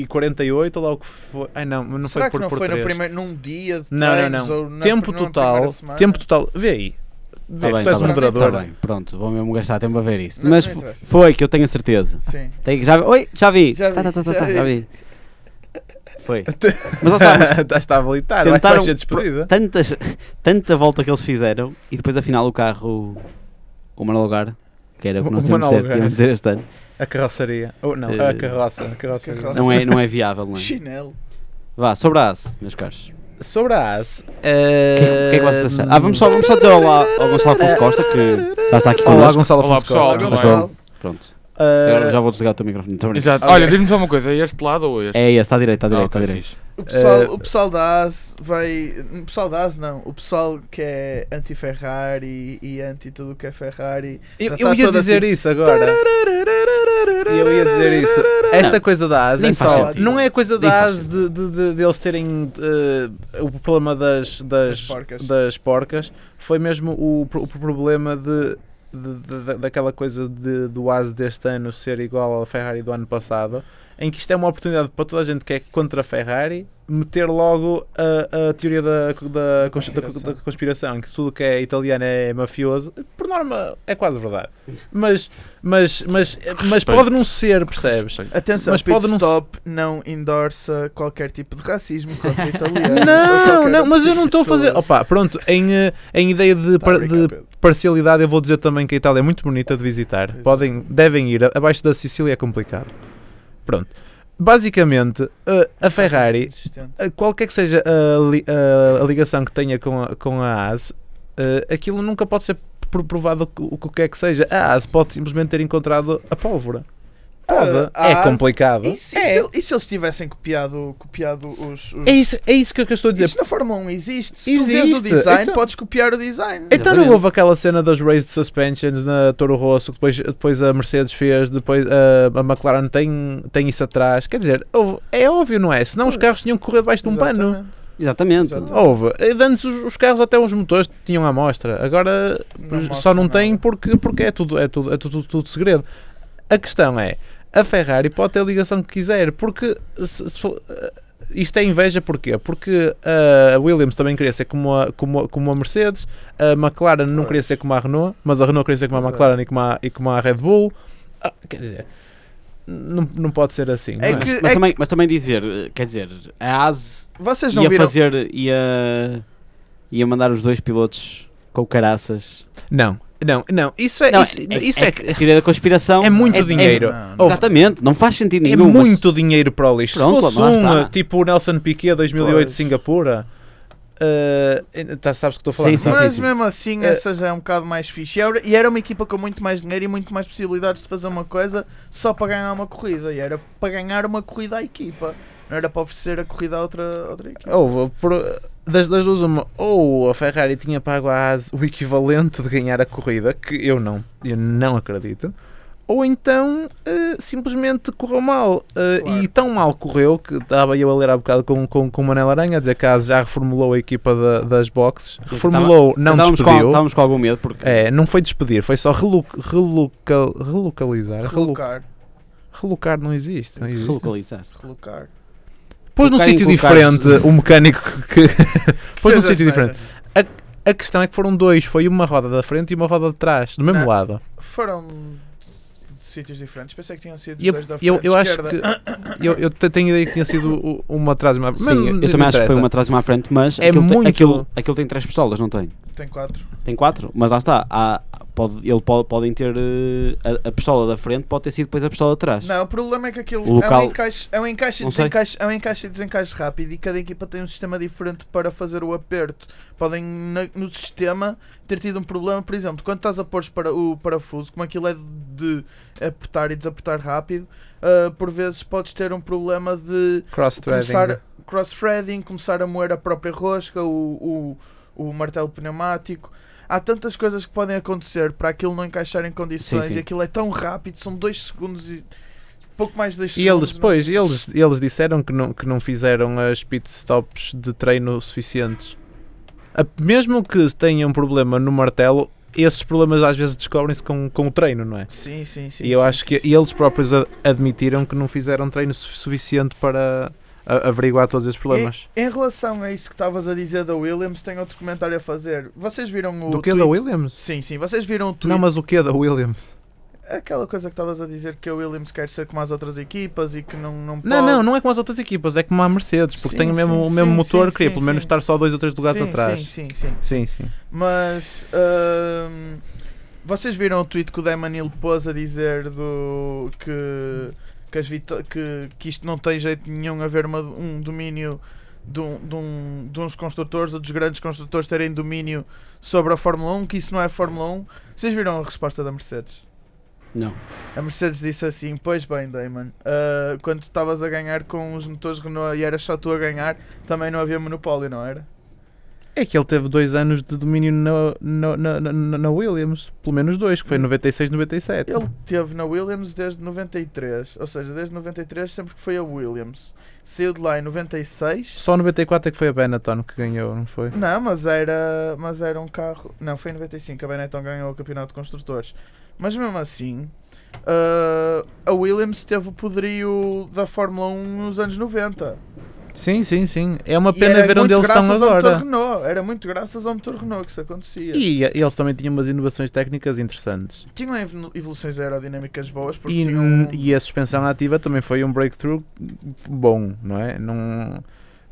Speaker 4: 1048, ou lá o que foi. Ai não, não
Speaker 3: Será
Speaker 4: foi por,
Speaker 3: que não
Speaker 4: por
Speaker 3: foi no
Speaker 4: três.
Speaker 3: primeiro, num dia de
Speaker 4: Não, não,
Speaker 3: treinos
Speaker 4: não.
Speaker 3: ou na-
Speaker 4: tempo
Speaker 3: na
Speaker 4: total.
Speaker 3: primeira semana?
Speaker 4: Tempo total. Vê aí. Vê,
Speaker 1: Está Tá bem,
Speaker 4: tu és
Speaker 1: está
Speaker 4: um
Speaker 1: bem,
Speaker 4: moderador. [laughs]
Speaker 1: tá bem, pronto, vou mesmo gastar tempo a ver isso.
Speaker 3: Não,
Speaker 1: Mas
Speaker 3: não
Speaker 1: fo-
Speaker 3: interessa.
Speaker 1: foi que eu tenho a certeza.
Speaker 3: Sim.
Speaker 1: Tem- já, vi- oi, já vi.
Speaker 3: Já vi,
Speaker 1: Tá, tá, tá,
Speaker 3: já
Speaker 1: tá,
Speaker 3: vi.
Speaker 1: já vi. Foi. Mas ó, sabes,
Speaker 4: Estás a habilitar, vai-
Speaker 1: tentaram
Speaker 4: vais ser despedida.
Speaker 1: tantas, tanta volta que eles fizeram e depois afinal o carro, o Manologar, que era o que nós íamos
Speaker 4: O Manuel
Speaker 1: dizer,
Speaker 4: Lugar.
Speaker 1: íamos dizer este ano,
Speaker 4: A carroceria. Oh, não,
Speaker 1: Eh,
Speaker 4: a carroça. A carroceria.
Speaker 3: carroça.
Speaker 1: não é, não é viável, não é?
Speaker 3: Chinelo.
Speaker 1: Vá, sobre a ASE, meus caros.
Speaker 4: Sobre a AS. O que,
Speaker 1: O que, é que vocês acharam? Ah, vamos só, vamos só dizer olá ao Gonçalo Afonso Costa, que já está aqui
Speaker 4: Olá,
Speaker 1: connosco.
Speaker 4: Gonçalo
Speaker 5: Olá,
Speaker 4: Afonso
Speaker 5: pessoal.
Speaker 4: Costa. Ah,
Speaker 5: Olá,
Speaker 3: Gonçalo.
Speaker 1: Pronto,
Speaker 4: Eh,
Speaker 1: agora já vou desligar o teu microfone. Tô brincando.
Speaker 5: Exato.
Speaker 4: Ok.
Speaker 5: Olha, diz-me só uma coisa, é este lado ou este?
Speaker 1: É esse, está direito, está
Speaker 5: Ah,
Speaker 1: direito, está
Speaker 5: ok,
Speaker 1: direito.
Speaker 5: fixe.
Speaker 3: O pessoal,
Speaker 4: Eh,
Speaker 3: o pessoal da AS vai. O pessoal da AS não. O pessoal que é anti-Ferrari e anti tudo o que é Ferrari.
Speaker 4: Eu,
Speaker 3: Já
Speaker 4: eu
Speaker 3: tá
Speaker 4: ia
Speaker 3: todo
Speaker 4: dizer
Speaker 3: assim.
Speaker 4: isso agora. Eu ia dizer isso. Esta coisa da AS
Speaker 1: Nem
Speaker 4: é
Speaker 1: faz
Speaker 4: só.
Speaker 1: sentido.
Speaker 4: Não é a coisa
Speaker 1: Nem
Speaker 4: da
Speaker 1: faz
Speaker 4: AS de, de, de- de eles terem eh, o problema das,
Speaker 3: Das
Speaker 4: das,
Speaker 3: porcas.
Speaker 4: das porcas. Foi mesmo o, pro- o problema de, de- de- da- daquela coisa de, do AS deste ano ser igual ao Ferrari do ano passado. Em que isto é uma oportunidade para toda a gente que é contra a Ferrari meter logo a, a teoria da, da, cons- da- da conspiração.
Speaker 3: conspiração.
Speaker 4: em que tudo que é italiano é mafioso. Por norma, é quase verdade. Mas, mas, mas, mas
Speaker 5: Respeito.
Speaker 4: pode não ser, percebes?
Speaker 3: Atenção,
Speaker 4: Mas
Speaker 3: Mas pit
Speaker 4: pode não se-
Speaker 3: stop não endorsa qualquer tipo de racismo
Speaker 4: [laughs]
Speaker 3: contra italianos. ou
Speaker 4: Não,
Speaker 3: qualquer
Speaker 4: não,
Speaker 3: outro
Speaker 4: mas eu
Speaker 3: tipo
Speaker 4: não
Speaker 3: de
Speaker 4: estou a fazer.
Speaker 3: pessoas.
Speaker 4: Opa, pronto, em, eh, em ideia de,
Speaker 3: Tá a
Speaker 4: par-
Speaker 3: brincar,
Speaker 4: de
Speaker 3: Pedro.
Speaker 4: parcialidade, eu vou dizer também que a Itália é muito bonita de visitar.
Speaker 3: Pois é.
Speaker 4: Podem, devem ir. A- Abaixo da Sicília é complicado. Pronto. Basicamente, eh, a Ferrari,
Speaker 3: Insistente.
Speaker 4: eh, qualquer que seja a, li- a- a ligação que tenha com a, com a AS, eh, aquilo nunca pode ser pr- provado o que- o que é que seja. A AS pode simplesmente ter encontrado a pólvora. Pode.
Speaker 3: Ah,
Speaker 4: é
Speaker 3: a AS-
Speaker 4: complicado.
Speaker 3: E se, e
Speaker 4: é.
Speaker 3: se ele- e se eles tivessem copiado, copiado os. os...
Speaker 4: É isso, é isso que eu que eu estou a dizer.
Speaker 3: Isso na Fórmula 1 existe. Se tu vês o
Speaker 4: Existe,
Speaker 3: design,
Speaker 4: então-
Speaker 3: podes copiar o design.
Speaker 4: Então
Speaker 1: Exatamente.
Speaker 4: não houve aquela cena das raised suspensions na Toro Rosso que depois, depois a Mercedes fez, depois ah, a McLaren tem, tem isso atrás. Quer dizer, houve- é óbvio, não é? Senão os carros tinham que correr debaixo de um pano.
Speaker 1: Exatamente.
Speaker 3: Exatamente. Exato.
Speaker 4: Houve. Eh, Antes os, os carros até os motores tinham à mostra. Agora só
Speaker 3: mostra
Speaker 4: não
Speaker 3: nada.
Speaker 4: têm porque, porque é, tudo, é, tudo, é tudo, tudo, tudo segredo. A questão é, a Ferrari pode ter a ligação que quiser, porque se- se for- eh, isto é inveja porquê? Porque eh, a Williams também queria ser como a, como, a- como a Mercedes, a McLaren não
Speaker 3: Pois.
Speaker 4: queria ser como a Renault, mas a Renault queria ser como a
Speaker 3: Pois é.
Speaker 4: McLaren e como a, e como a Red Bull. Ah, quer dizer, não, não pode ser assim.
Speaker 3: É
Speaker 4: não
Speaker 1: Mas,
Speaker 3: que-
Speaker 1: mas também, mas também dizer, eh, quer dizer, a ASE
Speaker 3: Vocês não
Speaker 1: ia
Speaker 3: viram.
Speaker 1: fazer, ia, ia mandar os dois pilotos com caraças.
Speaker 4: Não, não, não, isso é, isso, isso é, que-
Speaker 1: a teoria da conspiração.
Speaker 4: é muito dinheiro. Oh,
Speaker 3: Não, não.
Speaker 4: Houve-
Speaker 1: exatamente, não faz sentido
Speaker 4: é
Speaker 1: nenhum. mas-
Speaker 4: muito dinheiro para o lixo.
Speaker 1: Pronto,
Speaker 4: Se fosse
Speaker 1: lá
Speaker 4: um
Speaker 1: está.
Speaker 4: eh, tipo o Nelson Piquet 2008 de Singapura, eh, tá, sabes o que estou a falar?
Speaker 1: Sim,
Speaker 4: não
Speaker 1: sim,
Speaker 4: sabes?
Speaker 3: Mas mesmo assim,
Speaker 4: Eh,
Speaker 3: essa já é um bocado mais fixe. E era- E era uma equipa com muito mais dinheiro e muito mais possibilidades de fazer uma coisa só para ganhar uma corrida. E era para ganhar uma corrida à equipa. Não era para oferecer a corrida a outra, outra equipa.
Speaker 4: Ou, eh, por- das, das duas, uma, ou a Ferrari tinha pago à AS o equivalente de ganhar a corrida, que eu não, eu não acredito, ou então eh, simplesmente correu mal. Eh,
Speaker 3: Claro.
Speaker 4: E tão mal correu que estava eu a ler há bocado com, com, com o Manel Aranha a dizer que a AS já reformulou a equipa da- das boxes.
Speaker 1: Eu
Speaker 4: Reformulou, não
Speaker 1: estávamos, com,
Speaker 4: despediu.
Speaker 1: estávamos com algum medo porque
Speaker 4: É, não foi despedir, foi só relo- relocal- relocalizar. Relo-
Speaker 3: Relocar.
Speaker 4: Relocar não existe. Não existe.
Speaker 1: relocalizar.
Speaker 3: Relocar.
Speaker 4: Pôs num
Speaker 1: Colocar em
Speaker 4: sítio
Speaker 1: colocar-se-
Speaker 4: diferente o mecânico que.
Speaker 3: [laughs]
Speaker 4: Pôs num
Speaker 3: Fez as
Speaker 4: um sítio diferente.
Speaker 3: neiras.
Speaker 4: A questão é que foram dois, foi uma roda da frente e uma roda de trás, do mesmo
Speaker 3: Não.
Speaker 4: lado.
Speaker 3: Foram de sítios diferentes. Pensei que tinham sido
Speaker 4: E eu,
Speaker 3: dois da frente.
Speaker 4: eu, eu acho
Speaker 3: esquerda.
Speaker 4: que. Eu, eu te- tenho ideia que tinha sido u- uma atrás e uma.
Speaker 1: Sim, eu- eu também acho que foi uma atrás e uma à frente, mas
Speaker 4: É
Speaker 1: aquilo, tem,
Speaker 4: muito-
Speaker 1: aquilo, aquilo tem três pistolas, não tem?
Speaker 3: Tem quatro.
Speaker 1: Tem quatro, mas lá está. Há, pode, ele pode, podem ter eh, a, a pistola da frente, pode ter sido depois a pistola de trás.
Speaker 3: Não, o problema é que aquilo
Speaker 1: O local-
Speaker 3: é, um encaixe, é, um encaixe e
Speaker 1: Não sei.
Speaker 3: desencaixe, é um encaixe e desencaixe rápido e cada equipa tem um sistema diferente para fazer o aperto. Podem na- no sistema ter tido um problema, por exemplo, quando estás a pôr para o parafuso, como aquilo é de apertar e desapertar rápido, ah, por vezes podes ter um problema de
Speaker 4: Cross-threading.
Speaker 3: começar cross-threading, começar a moer a própria rosca, o, o, o martelo pneumático. Há tantas coisas que podem acontecer para aquilo não encaixar em condições
Speaker 1: sim.
Speaker 3: e aquilo é tão rápido, são 2 segundos e pouco mais de 2
Speaker 4: E
Speaker 3: segundos.
Speaker 4: eles,
Speaker 3: não- é?
Speaker 4: pois, eles, eles disseram que não, que não fizeram as pit stops de treino suficientes. A- mesmo que tenham problema no martelo, esses problemas às vezes descobrem-se com, com o treino, não é?
Speaker 3: Sim, sim, sim.
Speaker 4: e eu
Speaker 3: sim,
Speaker 4: acho que eles próprios a- admitiram que não fizeram treino su- suficiente para a- averiguar todos esses problemas.
Speaker 3: Em relação a isso que estavas a dizer da Williams, tenho outro comentário a fazer. Vocês viram o.
Speaker 4: do que é da
Speaker 3: tweet-
Speaker 4: Williams?
Speaker 3: Sim, sim. Vocês viram o tweet?
Speaker 4: Não, mas o que é da Williams?
Speaker 3: Aquela coisa que estavas a dizer que a Williams quer ser como as outras equipas e que não, não pode.
Speaker 4: Não, não, não é como as outras equipas, é como a Mercedes, porque
Speaker 3: Sim,
Speaker 4: tem o mesmo,
Speaker 3: sim,
Speaker 4: o mesmo
Speaker 3: sim,
Speaker 4: motor,
Speaker 3: sim,
Speaker 4: queria
Speaker 3: sim,
Speaker 4: pelo menos
Speaker 3: sim.
Speaker 4: estar só dois ou três lugares
Speaker 3: Sim,
Speaker 4: atrás.
Speaker 3: Sim, sim, sim.
Speaker 4: Sim, sim.
Speaker 3: Mas. hum, vocês viram o tweet que o Demanil pôs a dizer do. que. Que, as vito- que, que isto não tem jeito nenhum haver uma- um domínio de, um, de, um- de uns construtores ou dos grandes construtores terem domínio sobre a Fórmula 1, que isso não é Fórmula 1. Vocês viram a resposta da Mercedes?
Speaker 1: Não.
Speaker 3: A Mercedes disse assim: Pois bem, Damon, ah, quando estavas a ganhar com os motores Renault e eras só tu a ganhar, também não havia monopólio, não era?
Speaker 4: É que ele teve dois anos de domínio na, na, na, na- na Williams. Pelo menos dois, que foi 96, 97.
Speaker 3: Hum. Ele teve na Williams desde 93, ou seja, desde 93 sempre que foi a Williams. Saiu de lá em 96.
Speaker 4: Só 94 é que foi a Benetton que ganhou, não foi?
Speaker 3: Não, mas era, mas era um carro. Não, foi em 95 que a Benetton ganhou o campeonato de construtores. Mas mesmo assim, ah, a Williams teve o poderio da Fórmula 1 nos anos 90.
Speaker 4: Sim, sim, sim. É uma
Speaker 3: E
Speaker 4: pena
Speaker 3: era
Speaker 4: ver onde
Speaker 3: muito
Speaker 4: eles estão
Speaker 3: graças ao motor
Speaker 4: agora.
Speaker 3: Renault, Era muito graças ao motor Renault que isso acontecia.
Speaker 4: E eles também tinham umas inovações técnicas interessantes.
Speaker 3: tinham evolu- evoluções aerodinâmicas boas porque
Speaker 4: E,
Speaker 3: tinham. um-
Speaker 4: e a suspensão ativa também foi um breakthrough bom, não é? Não,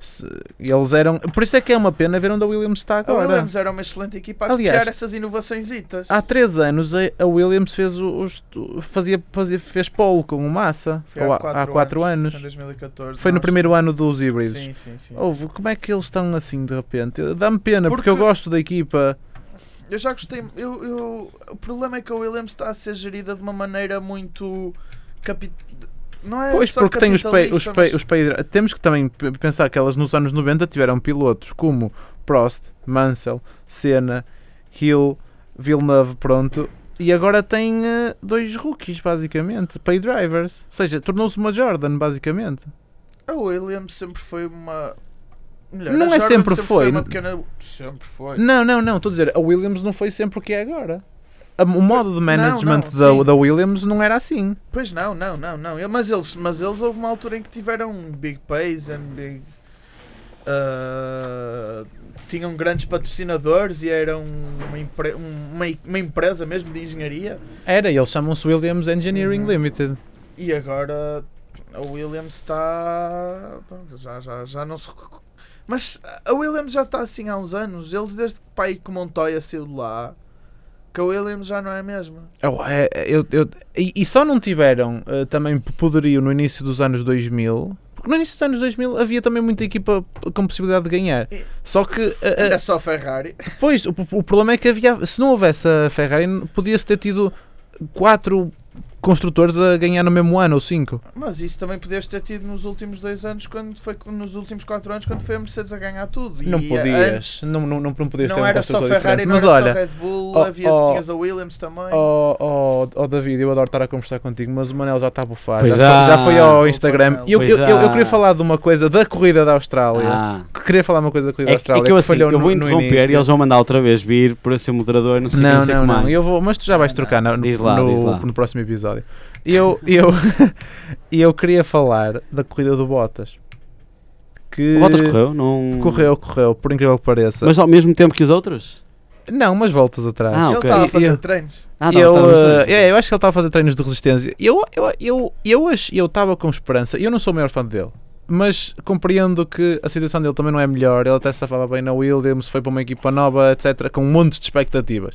Speaker 4: se- eles eram. Por isso é que é uma pena ver onde a Williams está
Speaker 3: A
Speaker 4: agora.
Speaker 3: Williams era uma excelente equipa a
Speaker 4: Aliás-
Speaker 3: criar essas inovações.
Speaker 4: Há três anos a a Williams fez os, fazia, fazia, fez pole com o Massa
Speaker 3: Foi há
Speaker 4: Ou há-
Speaker 3: quatro
Speaker 4: há quatro anos.
Speaker 3: Em 2014.
Speaker 4: Foi no
Speaker 3: nós-
Speaker 4: primeiro ano dos híbridos.
Speaker 3: Sim, sim, sim.
Speaker 4: Houve, como é que eles estão assim de repente? Eu- Dá-me pena, porque...
Speaker 3: Porque-
Speaker 4: eu gosto da equipa.
Speaker 3: Eu já gostei. Eu, eu- o problema é que a Williams está a ser gerida de uma maneira muito. Capi... Não é
Speaker 4: pois,
Speaker 3: só
Speaker 4: porque tem os, pay, os,
Speaker 3: capitalista,
Speaker 4: pay,
Speaker 3: mas-
Speaker 4: os pay- Temos que também p- pensar que elas nos anos 90 tiveram pilotos como Prost, Mansell, Senna, Hill, Villeneuve, pronto. E agora tem eh, dois rookies, basicamente. Pay drivers. Ou seja, tornou-se uma Jordan, basicamente.
Speaker 3: A Williams sempre foi uma. Melhor,
Speaker 4: Não
Speaker 3: a
Speaker 4: é
Speaker 3: Jordan
Speaker 4: sempre foi.
Speaker 3: uma pequena... Sempre foi.
Speaker 4: Não, não, não. Estou a dizer, a Williams não foi sempre o que é agora. A- O modo de management
Speaker 3: não, sim.
Speaker 4: da, da Williams não era assim.
Speaker 3: Pois não, não, não, não. Eu- Mas eles, mas eles houve uma altura em que tiveram big pays and big. ah, tinham grandes patrocinadores e eram uma, empre- um- uma, uma empresa mesmo de engenharia.
Speaker 4: Era, eles chamam-se Williams Engineering
Speaker 3: Uhum.
Speaker 4: Limited.
Speaker 3: E agora a Williams está. Já, já, já não se. recu- Mas a Williams já está assim há uns anos. Eles, desde que o pai que Montoya saiu de lá, que a Williams já não é a mesma.
Speaker 4: Eu- é- eu- eu- e, e só não tiveram eh, também p- poderio no início dos anos 2000, porque no início dos anos 2000 havia também muita equipa p- com possibilidade de ganhar.
Speaker 3: E-
Speaker 4: Só que, eh,
Speaker 3: Era
Speaker 4: eh,
Speaker 3: só Ferrari.
Speaker 4: pois, o, o problema é que havia, se não houvesse a Ferrari, n- podia-se ter tido quatro construtores a ganhar no mesmo ano ou cinco.
Speaker 3: Mas isso também podias ter tido nos últimos dois anos, quando foi nos últimos quatro anos, quando foi a Mercedes a ganhar tudo.
Speaker 4: Não
Speaker 3: E eh, antes
Speaker 4: podias, não, não, não, não podias ter
Speaker 3: não
Speaker 4: um
Speaker 3: era só
Speaker 4: construtor
Speaker 3: Ferrari,
Speaker 4: diferente.
Speaker 3: não
Speaker 4: Mas
Speaker 3: era
Speaker 4: olha,
Speaker 3: só Red Bull,
Speaker 4: oh,
Speaker 3: havia,
Speaker 4: oh,
Speaker 3: tinhas a Williams também.
Speaker 4: Oh, oh, oh, David, eu adoro estar a conversar contigo, mas o Manel já está a bufar. Já,
Speaker 1: Pois
Speaker 4: foi- já foi ao
Speaker 3: é.
Speaker 4: Instagram. E eu,
Speaker 1: Pois
Speaker 4: eu, eu,
Speaker 1: é.
Speaker 4: eu queria falar de uma coisa da corrida da Austrália.
Speaker 1: Ah.
Speaker 4: Que Queria falar uma coisa da corrida
Speaker 1: É,
Speaker 4: da
Speaker 1: que- é
Speaker 4: Austrália.
Speaker 1: que eu, assim,
Speaker 4: falhou
Speaker 1: eu vou
Speaker 4: no- no
Speaker 1: interromper e
Speaker 4: início.
Speaker 1: eles vão mandar outra vez vir para ser moderador, não sei quem,
Speaker 4: Não,
Speaker 1: sei
Speaker 4: não,
Speaker 1: como
Speaker 4: não.
Speaker 1: mais.
Speaker 4: Eu vou, mas tu já vais trocar na-
Speaker 1: Diz lá,
Speaker 4: no,
Speaker 1: diz lá.
Speaker 4: no próximo episódio. Eu, eu, [laughs] eu queria falar da corrida do Bottas. Que
Speaker 1: O Bottas correu, não...
Speaker 4: Correu, correu, por incrível que pareça.
Speaker 1: Mas ao mesmo tempo que os outros?
Speaker 4: não, mas voltas atrás.
Speaker 1: Ah,
Speaker 3: Ele
Speaker 1: ok.
Speaker 3: estava a
Speaker 4: E-
Speaker 3: fazer
Speaker 4: eu-
Speaker 3: treinos.
Speaker 1: Ah, tá,
Speaker 4: eu,
Speaker 1: tá, mas-
Speaker 4: eh, é, eu acho que ele estava a fazer treinos de resistência. Eu estava eu, eu, ach- eu, estava com esperança. Eu não sou o maior fã dele, mas compreendo que a situação dele também não é melhor. Ele até se safava bem na Williams, foi para uma equipa nova, etc. Com um monte de expectativas.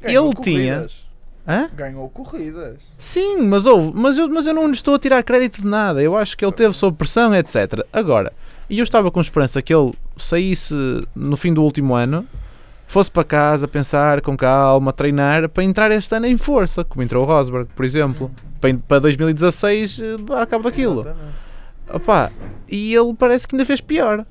Speaker 3: Ganhou
Speaker 4: Ele tinha-
Speaker 3: corridas.
Speaker 4: Hã?
Speaker 3: Ganhou corridas.
Speaker 4: Sim, mas houve, mas eu, mas eu não lhe estou a tirar crédito de nada. Eu acho que ele teve sob pressão, etc. Agora, e eu estava com esperança que ele saísse no fim do último ano, fosse para casa, pensar com calma, treinar, para entrar este ano em força, como entrou o Rosberg, por exemplo, para, em- para 2016 eh, dar cabo daquilo.
Speaker 3: Exatamente.
Speaker 4: Opá, e ele parece que ainda fez pior.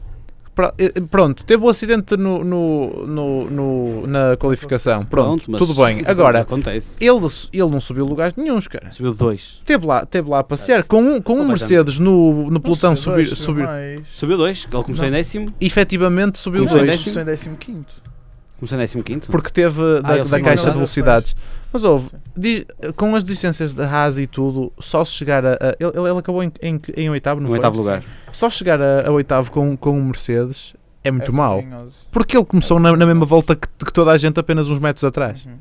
Speaker 4: Pra- eh, Pronto, teve o acidente no, no- no- no- na qualificação. Pronto,
Speaker 1: mas
Speaker 4: tudo bem.
Speaker 1: isso é
Speaker 4: Agora,
Speaker 1: acontece.
Speaker 4: ele, ele não subiu lugares nenhuns, cara.
Speaker 1: Subiu dois.
Speaker 4: Teve lá, teve lá a passear com um, com
Speaker 1: É,
Speaker 4: um
Speaker 1: Completamente.
Speaker 4: Mercedes no, no pelotão
Speaker 3: Não sei,
Speaker 4: subir,
Speaker 3: dois,
Speaker 4: subir.
Speaker 3: mais.
Speaker 1: Subiu dois, ele começou
Speaker 3: Não.
Speaker 1: em décimo,
Speaker 4: efetivamente subiu
Speaker 1: Começou em
Speaker 4: dois.
Speaker 1: décimo.
Speaker 3: Começou em décimo quinto.
Speaker 1: começou em décimo quinto.
Speaker 4: Porque teve da,
Speaker 1: Ah, ele
Speaker 4: da
Speaker 1: subiu
Speaker 4: caixa
Speaker 1: nas
Speaker 4: de velocidades. Mas houve, diz- com as distâncias da Haas e tudo, só se chegar a. a- ele, ele acabou em, em, em oitavo, não
Speaker 1: no
Speaker 4: foi?
Speaker 1: oitavo lugar.
Speaker 4: Só chegar a, a oitavo com, com um Mercedes é muito
Speaker 3: É
Speaker 4: mau.
Speaker 3: vergonhoso.
Speaker 4: Porque ele começou na, na mesma volta que, que toda a gente, apenas uns metros atrás.
Speaker 3: Uhum.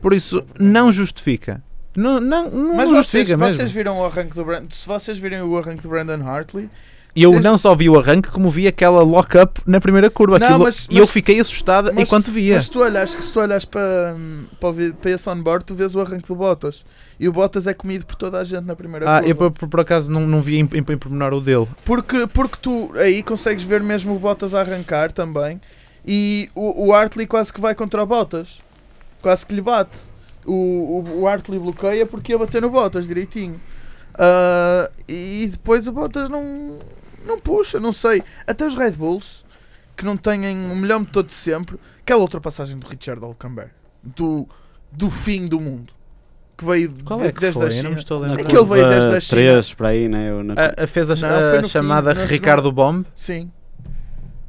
Speaker 4: Por isso, não justifica. Não, não, não
Speaker 3: Mas vocês,
Speaker 4: justifica mesmo.
Speaker 3: vocês viram o arranque do Brandon. Se vocês virem o arranque do Brandon Hartley.
Speaker 4: E eu
Speaker 3: Vocês-
Speaker 4: não só vi o arranque, como vi aquela lock-up na primeira curva.
Speaker 3: Não,
Speaker 4: Aquilo-
Speaker 3: mas-
Speaker 4: e eu
Speaker 3: mas-
Speaker 4: fiquei assustado
Speaker 3: mas-
Speaker 4: enquanto via.
Speaker 3: Mas se tu olhares, se tu olhares para, hum, para, o vi- para esse onboard, tu vês o arranque do Bottas. E o Bottas é comido por toda a gente na primeira
Speaker 4: ah, eu
Speaker 3: curva.
Speaker 4: por, por- por acaso não, não vi em, em, em pormenor o dele.
Speaker 3: Porque, porque tu aí consegues ver mesmo o Bottas a arrancar também. E o, o Hartley quase que vai contra o Bottas. Quase que lhe bate. O, o, o Hartley bloqueia porque ia bater no Bottas direitinho. Ah, e depois o Bottas não, não puxa, não sei. Até os Red Bulls, que não têm o melhor motor de sempre, aquela ultrapassagem do Richard Alcamber, do, do fim do mundo, que veio
Speaker 4: Qual
Speaker 3: de-
Speaker 4: é Ah, que
Speaker 3: desde
Speaker 4: foi?
Speaker 3: a
Speaker 4: Eu não
Speaker 3: China.
Speaker 4: me estou a
Speaker 1: Na
Speaker 4: lembrar.
Speaker 3: Aquele veio
Speaker 1: curva
Speaker 3: desde a China.
Speaker 1: três, para aí, né? ou na-
Speaker 4: A- a- fez a,
Speaker 3: Não,
Speaker 4: a
Speaker 3: foi no fim,
Speaker 4: chamada
Speaker 3: na
Speaker 4: Ricardo Bomb.
Speaker 3: Sim.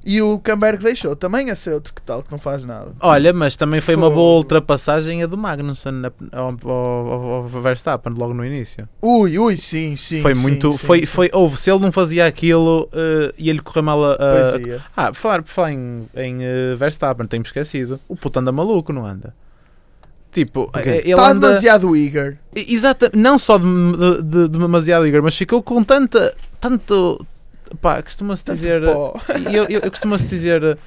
Speaker 3: E o Camberg deixou. Também esse é outro que tal, que não faz nada.
Speaker 4: Olha, mas também foi uma boa
Speaker 3: Fogo.
Speaker 4: ultrapassagem a do Magnussen na- ao, ao- ao- ao Verstappen logo no início.
Speaker 3: Ui, ui, sim, sim.
Speaker 4: foi
Speaker 3: sim,
Speaker 4: muito.
Speaker 3: sim,
Speaker 4: foi,
Speaker 3: sim.
Speaker 4: foi, houve, se ele não fazia aquilo eh, ia lhe correr mal a. a-
Speaker 3: Pois é.
Speaker 4: ah, por falar, por falar em, em eh, Verstappen, tenho-me esquecido. O puto anda maluco, não anda? Tipo, eh, ele anda.
Speaker 3: Está é. Tá demasiado eager.
Speaker 4: Exata, não só de, de, de- de demasiado Igor, mas ficou com tanta. Tanto. Pá, costuma-se
Speaker 3: Tanto
Speaker 4: dizer. eh,
Speaker 3: pó.
Speaker 4: Eu, eu, eu costumo-se dizer.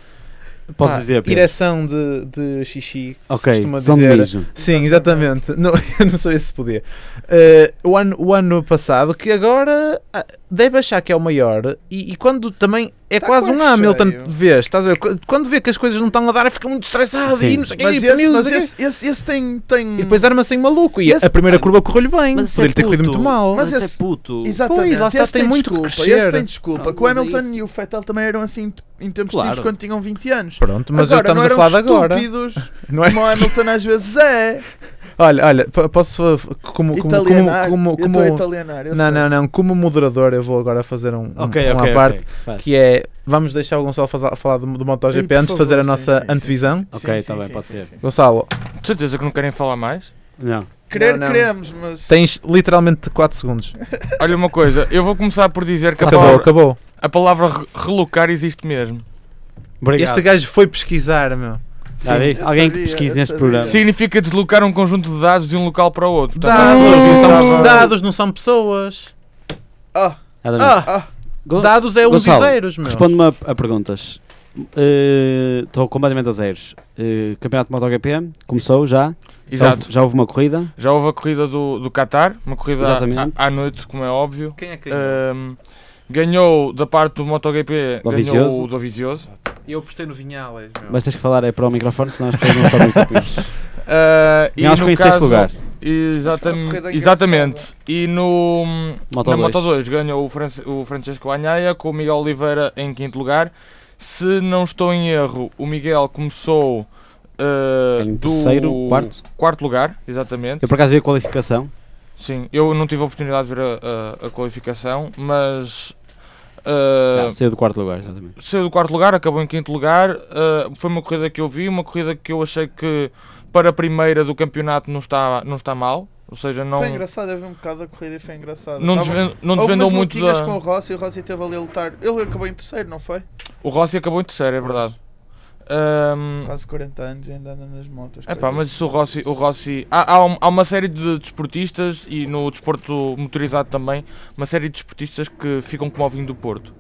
Speaker 1: Posso
Speaker 4: pá,
Speaker 1: dizer, Pedro?
Speaker 4: Ereção de, de xixi. que se
Speaker 1: Ok, um
Speaker 4: costuma
Speaker 1: são de
Speaker 4: dizer.
Speaker 1: mijo.
Speaker 4: Sim, exatamente. [laughs] Não, eu não sabia se podia. Eh, o, ano, o ano passado, que agora ah, deve achar que é o maior, e, e quando também. É
Speaker 3: Tá
Speaker 4: quase um
Speaker 3: quase
Speaker 4: Hamilton,
Speaker 3: cheio.
Speaker 4: vês, estás a ver? Qu- Quando vê que as coisas não estão a dar, fica muito estressado
Speaker 1: Sim.
Speaker 4: e não sei o que.
Speaker 3: Mas,
Speaker 4: e
Speaker 3: esse,
Speaker 4: puniu, não
Speaker 3: mas
Speaker 4: sei o quê.
Speaker 3: esse, esse, esse tem. tem...
Speaker 4: E depois é- arma-se em maluco. E
Speaker 3: Esse-
Speaker 4: a primeira curva correu-lhe bem.
Speaker 1: Mas esse
Speaker 4: Poderia
Speaker 1: é
Speaker 4: ter corrido
Speaker 1: puto.
Speaker 4: muito mal.
Speaker 3: Mas
Speaker 1: Mas é
Speaker 3: esse-
Speaker 1: puto.
Speaker 3: Exatamente,
Speaker 4: Pois, lá está,
Speaker 3: esse
Speaker 4: tem muito que
Speaker 3: desculpa,
Speaker 4: crescer.
Speaker 3: esse tem desculpa.
Speaker 1: Não,
Speaker 3: que o
Speaker 1: mas é
Speaker 3: Hamilton
Speaker 1: isso.
Speaker 3: e o Vettel também eram assim em tempos
Speaker 1: Claro.
Speaker 3: livres quando tinham 20 anos.
Speaker 4: Pronto, mas
Speaker 3: agora,
Speaker 4: estamos
Speaker 3: não
Speaker 4: a
Speaker 3: um eram
Speaker 4: falar de agora.
Speaker 3: estúpidos,
Speaker 4: [laughs] Não é?
Speaker 3: como o Hamilton às vezes é.
Speaker 4: Olha, olha, p- posso. f- Como, como, como,
Speaker 3: Italianar.
Speaker 4: como,
Speaker 3: eu
Speaker 4: como-
Speaker 3: estou a italianar. eu
Speaker 4: não,
Speaker 3: sei.
Speaker 4: não, não. Como moderador, eu vou agora fazer um, um,
Speaker 1: Ok,
Speaker 4: uma
Speaker 1: ok,
Speaker 4: parte
Speaker 1: ok. Faz.
Speaker 4: que é. Vamos deixar o Gonçalo faza- falar do, do MotoGP
Speaker 3: Ei, por
Speaker 4: antes de fazer a
Speaker 3: favor,
Speaker 4: nossa
Speaker 3: sim, sim,
Speaker 4: antevisão.
Speaker 1: Ok,
Speaker 3: Sim,
Speaker 1: tá
Speaker 3: sim,
Speaker 1: bem,
Speaker 3: sim,
Speaker 1: pode
Speaker 3: sim,
Speaker 1: ser.
Speaker 3: sim, sim.
Speaker 4: Gonçalo,
Speaker 6: De certeza que não querem falar mais?
Speaker 1: Não.
Speaker 3: Querer,
Speaker 4: Não, não.
Speaker 3: queremos, mas.
Speaker 4: tens literalmente 4 segundos.
Speaker 6: Olha uma coisa, eu vou começar por dizer que a
Speaker 4: Acabou,
Speaker 6: palavra,
Speaker 4: acabou.
Speaker 6: a palavra re- relocar existe mesmo.
Speaker 1: Obrigado.
Speaker 4: Este gajo foi pesquisar, meu.
Speaker 1: Ah, viste?
Speaker 3: eu
Speaker 1: Alguém que
Speaker 3: sabia,
Speaker 1: pesquise
Speaker 3: eu
Speaker 1: neste
Speaker 3: sabia.
Speaker 1: programa.
Speaker 3: Sim.
Speaker 6: Significa deslocar um conjunto de dados de um local para o outro. Tá
Speaker 4: Dados,
Speaker 6: bem?
Speaker 4: não
Speaker 6: Tá
Speaker 4: são,
Speaker 6: bem.
Speaker 4: dados não são pessoas.
Speaker 3: Ah,
Speaker 1: Nada mesmo.
Speaker 4: Ah,
Speaker 1: Tá, Go-
Speaker 4: dados é uns e
Speaker 1: Gonçalo,
Speaker 4: zeros, meu.
Speaker 1: Responde-me a, a perguntas. Uh, Estou completamente a zeros. Uh, campeonato de MotoGP começou já. Já
Speaker 6: Exato.
Speaker 1: houve, já houve uma corrida.
Speaker 6: Já houve a corrida do, do Qatar, uma corrida à-
Speaker 1: Exatamente.
Speaker 6: à, noite, como é óbvio.
Speaker 4: Quem é que
Speaker 6: Ahm, ganhou da parte do MotoGP,
Speaker 1: Dovizioso.
Speaker 6: ganhou o Dovizioso.
Speaker 4: Eu apostei no Vinhales, meu.
Speaker 1: Mas tens que falar é para o microfone, senão as pessoas não sabem o que é. tu dizes.
Speaker 6: Ah, e
Speaker 1: Vinhales
Speaker 6: no
Speaker 1: ficou em sexto
Speaker 6: caso-
Speaker 1: lugar.
Speaker 3: Mas foi uma corrida
Speaker 6: Exatamente.
Speaker 3: engraçada.
Speaker 6: Exatamente. E no,
Speaker 1: Moto
Speaker 6: na
Speaker 1: 2.
Speaker 6: Moto 2 ganhou o, Fran- o Francesco Anhaia com o Miguel Oliveira em quinto lugar. Se não estou em erro, o Miguel começou eh,
Speaker 1: Em
Speaker 6: do
Speaker 1: terceiro, quarto.
Speaker 6: quarto lugar, exatamente.
Speaker 1: Eu por acaso vi a qualificação.
Speaker 6: Sim, eu não tive a oportunidade de ver a, a- a qualificação, mas eh,
Speaker 1: Ah, saiu do quarto lugar, exatamente.
Speaker 6: saiu do quarto lugar, acabou em quinto lugar. eh, foi uma corrida que eu vi, uma corrida que eu achei que para a primeira do campeonato não está, não está mal. Ou seja, não,
Speaker 3: Foi engraçado, eu vi um bocado a corrida e foi engraçado.
Speaker 6: não,
Speaker 3: Tava-
Speaker 6: desven- não
Speaker 3: Houve
Speaker 6: desvendou
Speaker 3: umas
Speaker 6: muito
Speaker 3: lutinhas
Speaker 6: da... Hum.
Speaker 3: com o Rossi e o Rossi teve ali a lutar. Ele acabou em terceiro, não foi?
Speaker 6: O Rossi acabou em terceiro, é verdade. Ahm,
Speaker 3: Quase 40 anos e ainda anda nas motos.
Speaker 6: epá, mas isso o Rossi... O Rossi há, há um- há uma série de desportistas, e no desporto motorizado também, uma série de desportistas que ficam como o vinho do Porto.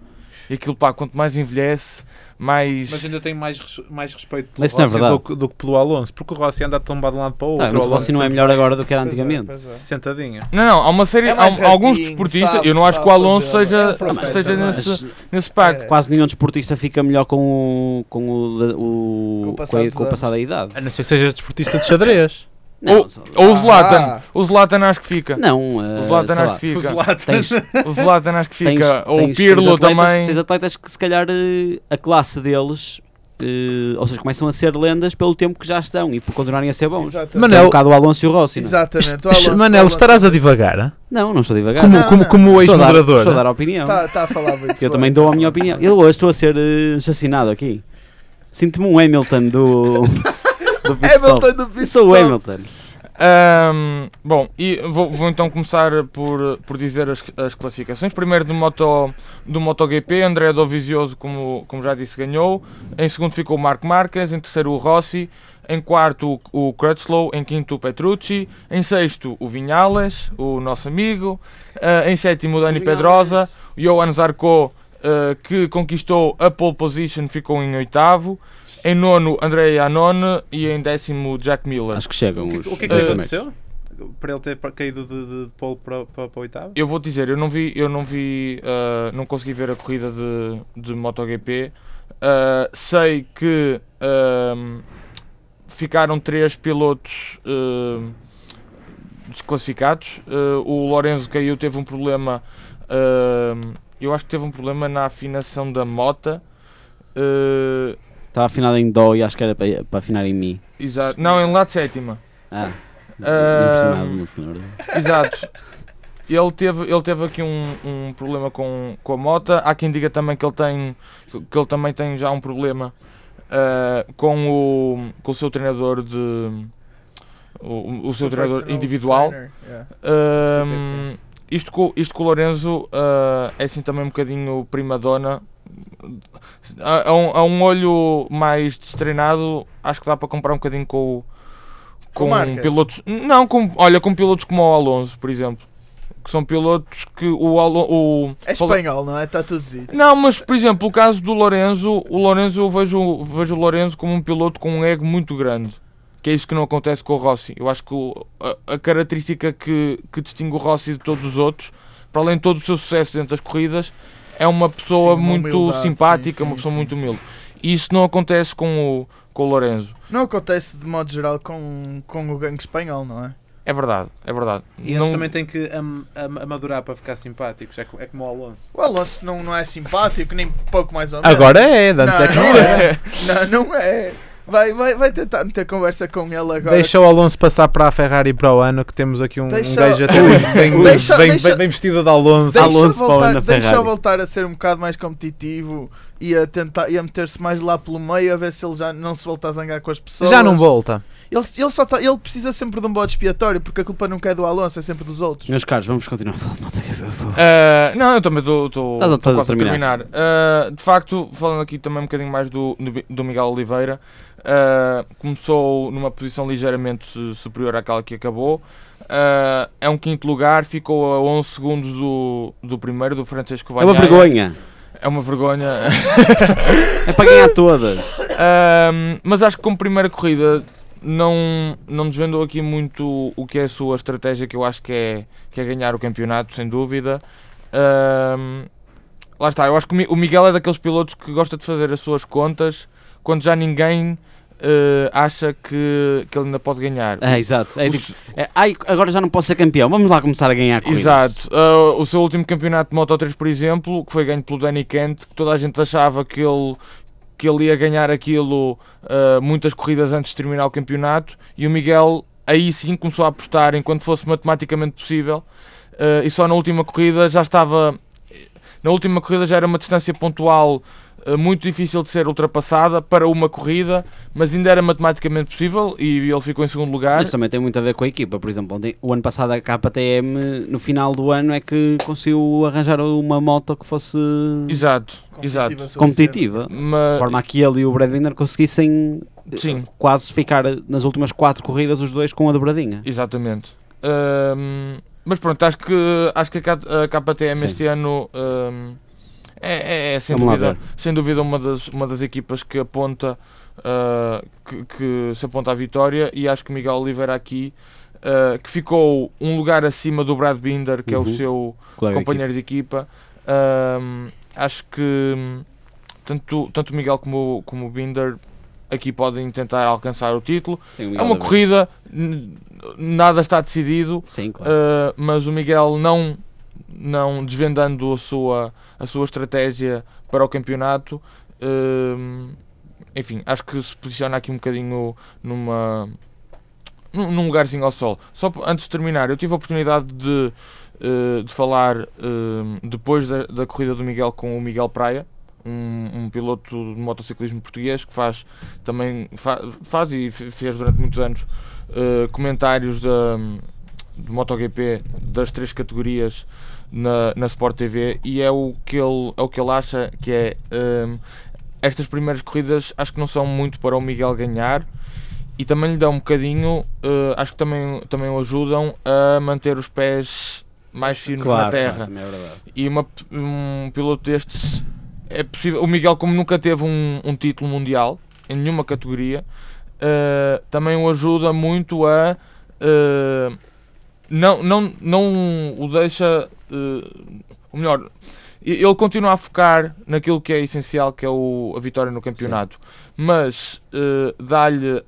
Speaker 6: E aquilo, pá, quanto mais envelhece, mais...
Speaker 4: Mas ainda tenho mais, res- mais respeito pelo
Speaker 1: Mas isso não é
Speaker 4: Rossi
Speaker 1: verdade.
Speaker 4: do, que- do que pelo Alonso, porque o Rossi anda a tombar de um lado para o outro.
Speaker 1: Ah, mas o
Speaker 4: Alonso
Speaker 1: Rossi não é
Speaker 4: sempre
Speaker 1: melhor agora do que era
Speaker 3: Pois é,
Speaker 1: antigamente.
Speaker 3: pois é.
Speaker 4: Sentadinho.
Speaker 6: Não, não, há uma série...
Speaker 3: É
Speaker 6: há
Speaker 3: mais
Speaker 6: um- alguns
Speaker 3: ratinho,
Speaker 6: desportistas...
Speaker 3: sabe-
Speaker 6: eu não acho
Speaker 3: sabe
Speaker 6: que o Alonso
Speaker 3: fazer,
Speaker 6: seja,
Speaker 3: mas- Ah, mas-
Speaker 6: esteja
Speaker 3: mas-
Speaker 6: nesse, nesse pack.
Speaker 3: É.
Speaker 1: Quase nenhum desportista fica melhor com o, com o, da- o-
Speaker 3: Com o
Speaker 1: com a-
Speaker 3: passar dos
Speaker 1: com o
Speaker 3: anos.
Speaker 1: passar da idade.
Speaker 4: A não ser que sejas desportista de xadrez.
Speaker 1: Não, só-
Speaker 6: oh.
Speaker 5: Ou o Zlatan.
Speaker 3: Ah.
Speaker 5: O Zlatan acho que fica.
Speaker 1: não
Speaker 5: O
Speaker 1: eh,
Speaker 5: Zlatan
Speaker 1: sei
Speaker 5: acho
Speaker 1: lá,
Speaker 5: que fica.
Speaker 1: Tens,
Speaker 5: O Zlatan acho que
Speaker 1: tens,
Speaker 5: fica. Ou o
Speaker 1: tens- tens
Speaker 5: Pirlo
Speaker 1: atletas-
Speaker 5: também.
Speaker 1: Tens atletas que se calhar eh, a classe deles, eh, ou seja, começam a ser lendas pelo tempo que já estão e por continuarem a ser bons.
Speaker 3: Exatamente.
Speaker 1: Que É um
Speaker 4: Manel,
Speaker 1: bocado o Alonso e o Rossi. não é?
Speaker 3: Exatamente.
Speaker 4: est-
Speaker 1: [laughs]
Speaker 4: est- Manel estarás a divagar? hã?
Speaker 1: Não, não estou devagar.
Speaker 4: Como,
Speaker 3: Não,
Speaker 4: como,
Speaker 3: não.
Speaker 4: como o
Speaker 1: estou a dar,
Speaker 4: ex-moderador.
Speaker 1: estou a
Speaker 6: né?
Speaker 4: hã?
Speaker 1: dar a opinião.
Speaker 6: Tá,
Speaker 3: Está Tá, a falar muito
Speaker 1: Eu
Speaker 3: bem.
Speaker 1: também dou a minha opinião. Eu hoje estou a ser eh, chacinado aqui. Sinto-me um Hamilton
Speaker 6: [laughs]
Speaker 1: do. do pit stop.
Speaker 3: Hamilton do
Speaker 1: Eu
Speaker 3: Pistol.
Speaker 1: sou o Hamilton.
Speaker 5: Ahm, bom, e vou, vou então começar por, por dizer as, as classificações. Primeiro do, Moto, do MotoGP, André Dovizioso, como, como já disse, ganhou. Em segundo ficou o Marco Marques, em terceiro o Rossi, em quarto o, o Crutchlow, em quinto o Petrucci, em sexto o Vinhales, o nosso amigo, Ah, em sétimo o Dani
Speaker 1: Vinhales.
Speaker 5: Pedrosa, o Johan Zarco, ah, que conquistou a pole position, ficou em oitavo, em nono André Anone e em décimo Jack Miller.
Speaker 1: Acho que chegam
Speaker 6: O que,
Speaker 1: os.
Speaker 6: o que é que
Speaker 1: os
Speaker 6: lhe
Speaker 5: eh,
Speaker 1: primeiros.
Speaker 6: aconteceu? Para ele ter pa- caído de, de, de polo para, para, para o oitavo?
Speaker 5: Eu vou dizer, eu não vi, eu não vi, ah, não consegui ver a corrida de, de MotoGP. Ah, sei que ahm, ficaram três pilotos ahm, desclassificados. Ah, o Lorenzo caiu, teve um problema. ahm, eu acho que teve um problema na afinação da mota. Ah,
Speaker 1: Estava afinado em Dó e acho que era para, para afinar em Mi.
Speaker 5: exato. Não, em lado sétima.
Speaker 1: Ah.
Speaker 5: Ah.
Speaker 1: Impressionado, música, na verdade.
Speaker 5: Exato. Ele teve, ele teve aqui um, um problema com, com a moto. Há quem diga também que ele tem, que ele também tem já um problema ah, com, o, com o seu treinador de. O, o seu treinador
Speaker 3: Personal
Speaker 5: individual.
Speaker 3: trainer, yeah.
Speaker 5: Ahm, isto, com, isto com o Lorenzo ah, é assim também um bocadinho primadona. A, a um, a um olho mais destreinado, acho que dá para comparar um bocadinho com, o-
Speaker 3: Com
Speaker 5: com,
Speaker 3: Marquez.
Speaker 5: pilotos. Não, com, olha, com pilotos como o Alonso, por exemplo. Que são pilotos que o Alonso.
Speaker 3: É espanhol, não é? Está tudo dito.
Speaker 5: Não, mas por exemplo, o caso do Lorenzo, o Lorenzo eu vejo, vejo o Lorenzo como um piloto com um ego muito grande. Que é isso que não acontece com o Rossi. Eu acho que o- a, a característica que, que distingue o Rossi de todos os outros, para além de todo o seu sucesso dentro das corridas, é uma pessoa
Speaker 3: Sim, uma
Speaker 5: muito
Speaker 3: humildade, Ah, sim,
Speaker 5: simpática, uma
Speaker 3: sim,
Speaker 5: pessoa
Speaker 3: sim,
Speaker 5: muito
Speaker 3: sim.
Speaker 5: humilde. E isso não acontece com o, com o Lorenzo.
Speaker 3: Não acontece de modo geral com, com o gangue espanhol, não é?
Speaker 5: É verdade, é verdade.
Speaker 6: E eles
Speaker 5: Não-
Speaker 6: também têm que am- am- amadurar para ficar simpáticos. É, co- é como o Alonso.
Speaker 3: O Alonso não, não é simpático, nem pouco mais ou menos.
Speaker 4: Agora é, de antes é que não é.
Speaker 3: Não, não é. Vai, vai, vai tentar meter conversa com ele agora.
Speaker 4: Deixa o Alonso passar para a Ferrari para o ano, que temos aqui um, um
Speaker 3: Deixa-
Speaker 4: gajo até bem, bem-
Speaker 3: Deixa-
Speaker 4: bem-
Speaker 3: deixa-
Speaker 4: bem- bem vestido de Alonso.
Speaker 3: Deixa-o
Speaker 1: Alonso para o
Speaker 3: voltar,
Speaker 1: ano na
Speaker 3: deixa
Speaker 1: Ferrari.
Speaker 3: voltar a ser um bocado mais competitivo e a tentar e a meter-se mais lá pelo meio a ver se ele já não se volta a zangar com as pessoas.
Speaker 4: Já não volta.
Speaker 3: Ele, ele, só tá- ele precisa sempre de um bode expiatório porque a culpa nunca é do Alonso, é sempre dos outros.
Speaker 1: Meus caros, vamos continuar a falar de é MotoGP, por favor.
Speaker 5: Ah, não, eu também estou
Speaker 1: Estás a-
Speaker 5: quase
Speaker 1: estás a
Speaker 5: a terminar. Ah, de facto, falando aqui também um bocadinho mais do, do, Bi- do Miguel Oliveira, ah, começou numa posição ligeiramente su- superior àquela que acabou. Ah, é um quinto lugar, ficou a 11 segundos do, do primeiro, do Francisco
Speaker 1: É uma
Speaker 5: Bagnaia.
Speaker 1: vergonha.
Speaker 5: É uma vergonha.
Speaker 1: É para ganhar todas.
Speaker 5: Ahm, mas acho que como primeira corrida não, não desvendou aqui muito o que é a sua estratégia, que eu acho que é, que é ganhar o campeonato, sem dúvida. Ahm, lá está, eu acho que o Mi- o Miguel é daqueles pilotos que gosta de fazer as suas contas quando já ninguém eh, acha que, que ele ainda pode ganhar.
Speaker 1: [laughs] É, exato. É
Speaker 5: O
Speaker 1: tipo, é, ai, agora já não posso ser campeão. Vamos lá começar a ganhar corridas.
Speaker 5: Exato. Uh, o seu último campeonato de Moto 3, por exemplo, que foi ganho pelo Danny Kent, que toda a gente achava que ele, que ele ia ganhar aquilo uh, muitas corridas antes de terminar o campeonato, e o Miguel aí sim começou a apostar enquanto fosse matematicamente possível, uh, e só na última corrida já estava. Na última corrida já era uma distância pontual uh, muito difícil de ser ultrapassada para uma corrida, mas ainda era matematicamente possível e ele ficou em segundo lugar.
Speaker 1: Mas também tem muito a ver com a equipa. Por exemplo, ontem- o ano passado a KTM, no final do ano, é que conseguiu arranjar uma moto que fosse
Speaker 5: Exato, é exato.
Speaker 3: Competitiva suficiente.
Speaker 1: competitiva. De
Speaker 5: Mas,
Speaker 1: forma a que ele e o Brad Binder conseguissem eh,
Speaker 5: Sim.
Speaker 1: quase ficar nas últimas quatro corridas, os dois com a dobradinha.
Speaker 5: Exatamente. Ahm, mas pronto, acho que, acho que a K- a KTM
Speaker 1: Sim.
Speaker 5: este ano ahm, é, é- é sem,
Speaker 1: Vamos lá
Speaker 5: dúvida,
Speaker 1: ver.
Speaker 5: sem dúvida uma das, uma das equipas que aponta ah, que, que se aponta à vitória e acho que o Miguel Oliveira aqui ah, que ficou um lugar acima do Brad Binder, que é
Speaker 1: Uhum.
Speaker 5: o seu
Speaker 1: Colega de
Speaker 5: companheiro de equipa. Ahm, acho que hum, tanto, tanto o Miguel como, o- como o Binder aqui podem tentar alcançar o título.
Speaker 1: equipa. um Sim, o
Speaker 5: É
Speaker 1: Miguel
Speaker 5: uma
Speaker 1: da Vega.
Speaker 5: corrida, n- nada está decidido,
Speaker 1: Sim, claro.
Speaker 5: Uh, mas o Miguel não, não desvendando a sua, a sua estratégia para o campeonato, um, enfim, acho que se posiciona aqui um bocadinho numa num num lugarzinho ao sol. Só p- antes de terminar, eu tive a oportunidade de, uh, de falar um, depois da, da corrida do Miguel com o Miguel Praia, um, um piloto de motociclismo português que faz também fa- faz e fe- fez durante muitos anos uh, comentários da, de MotoGP das três categorias na, na Sport TV e é o que ele, é o que ele acha que é hum, estas primeiras corridas acho que não são muito para o Miguel ganhar e também lhe dão um bocadinho eh, acho que também, também o ajudam a manter os pés mais firmes
Speaker 1: claro,
Speaker 5: na terra
Speaker 1: também é verdade.
Speaker 5: e uma- um piloto destes é possível. O Miguel, como nunca teve um, um título mundial em nenhuma categoria, eh, também o ajuda muito a eh, não, não, não o deixa, eh, ou melhor, e- ele continua a focar naquilo que é essencial, que é o- a vitória no campeonato, mas eh, dá-lhe eh,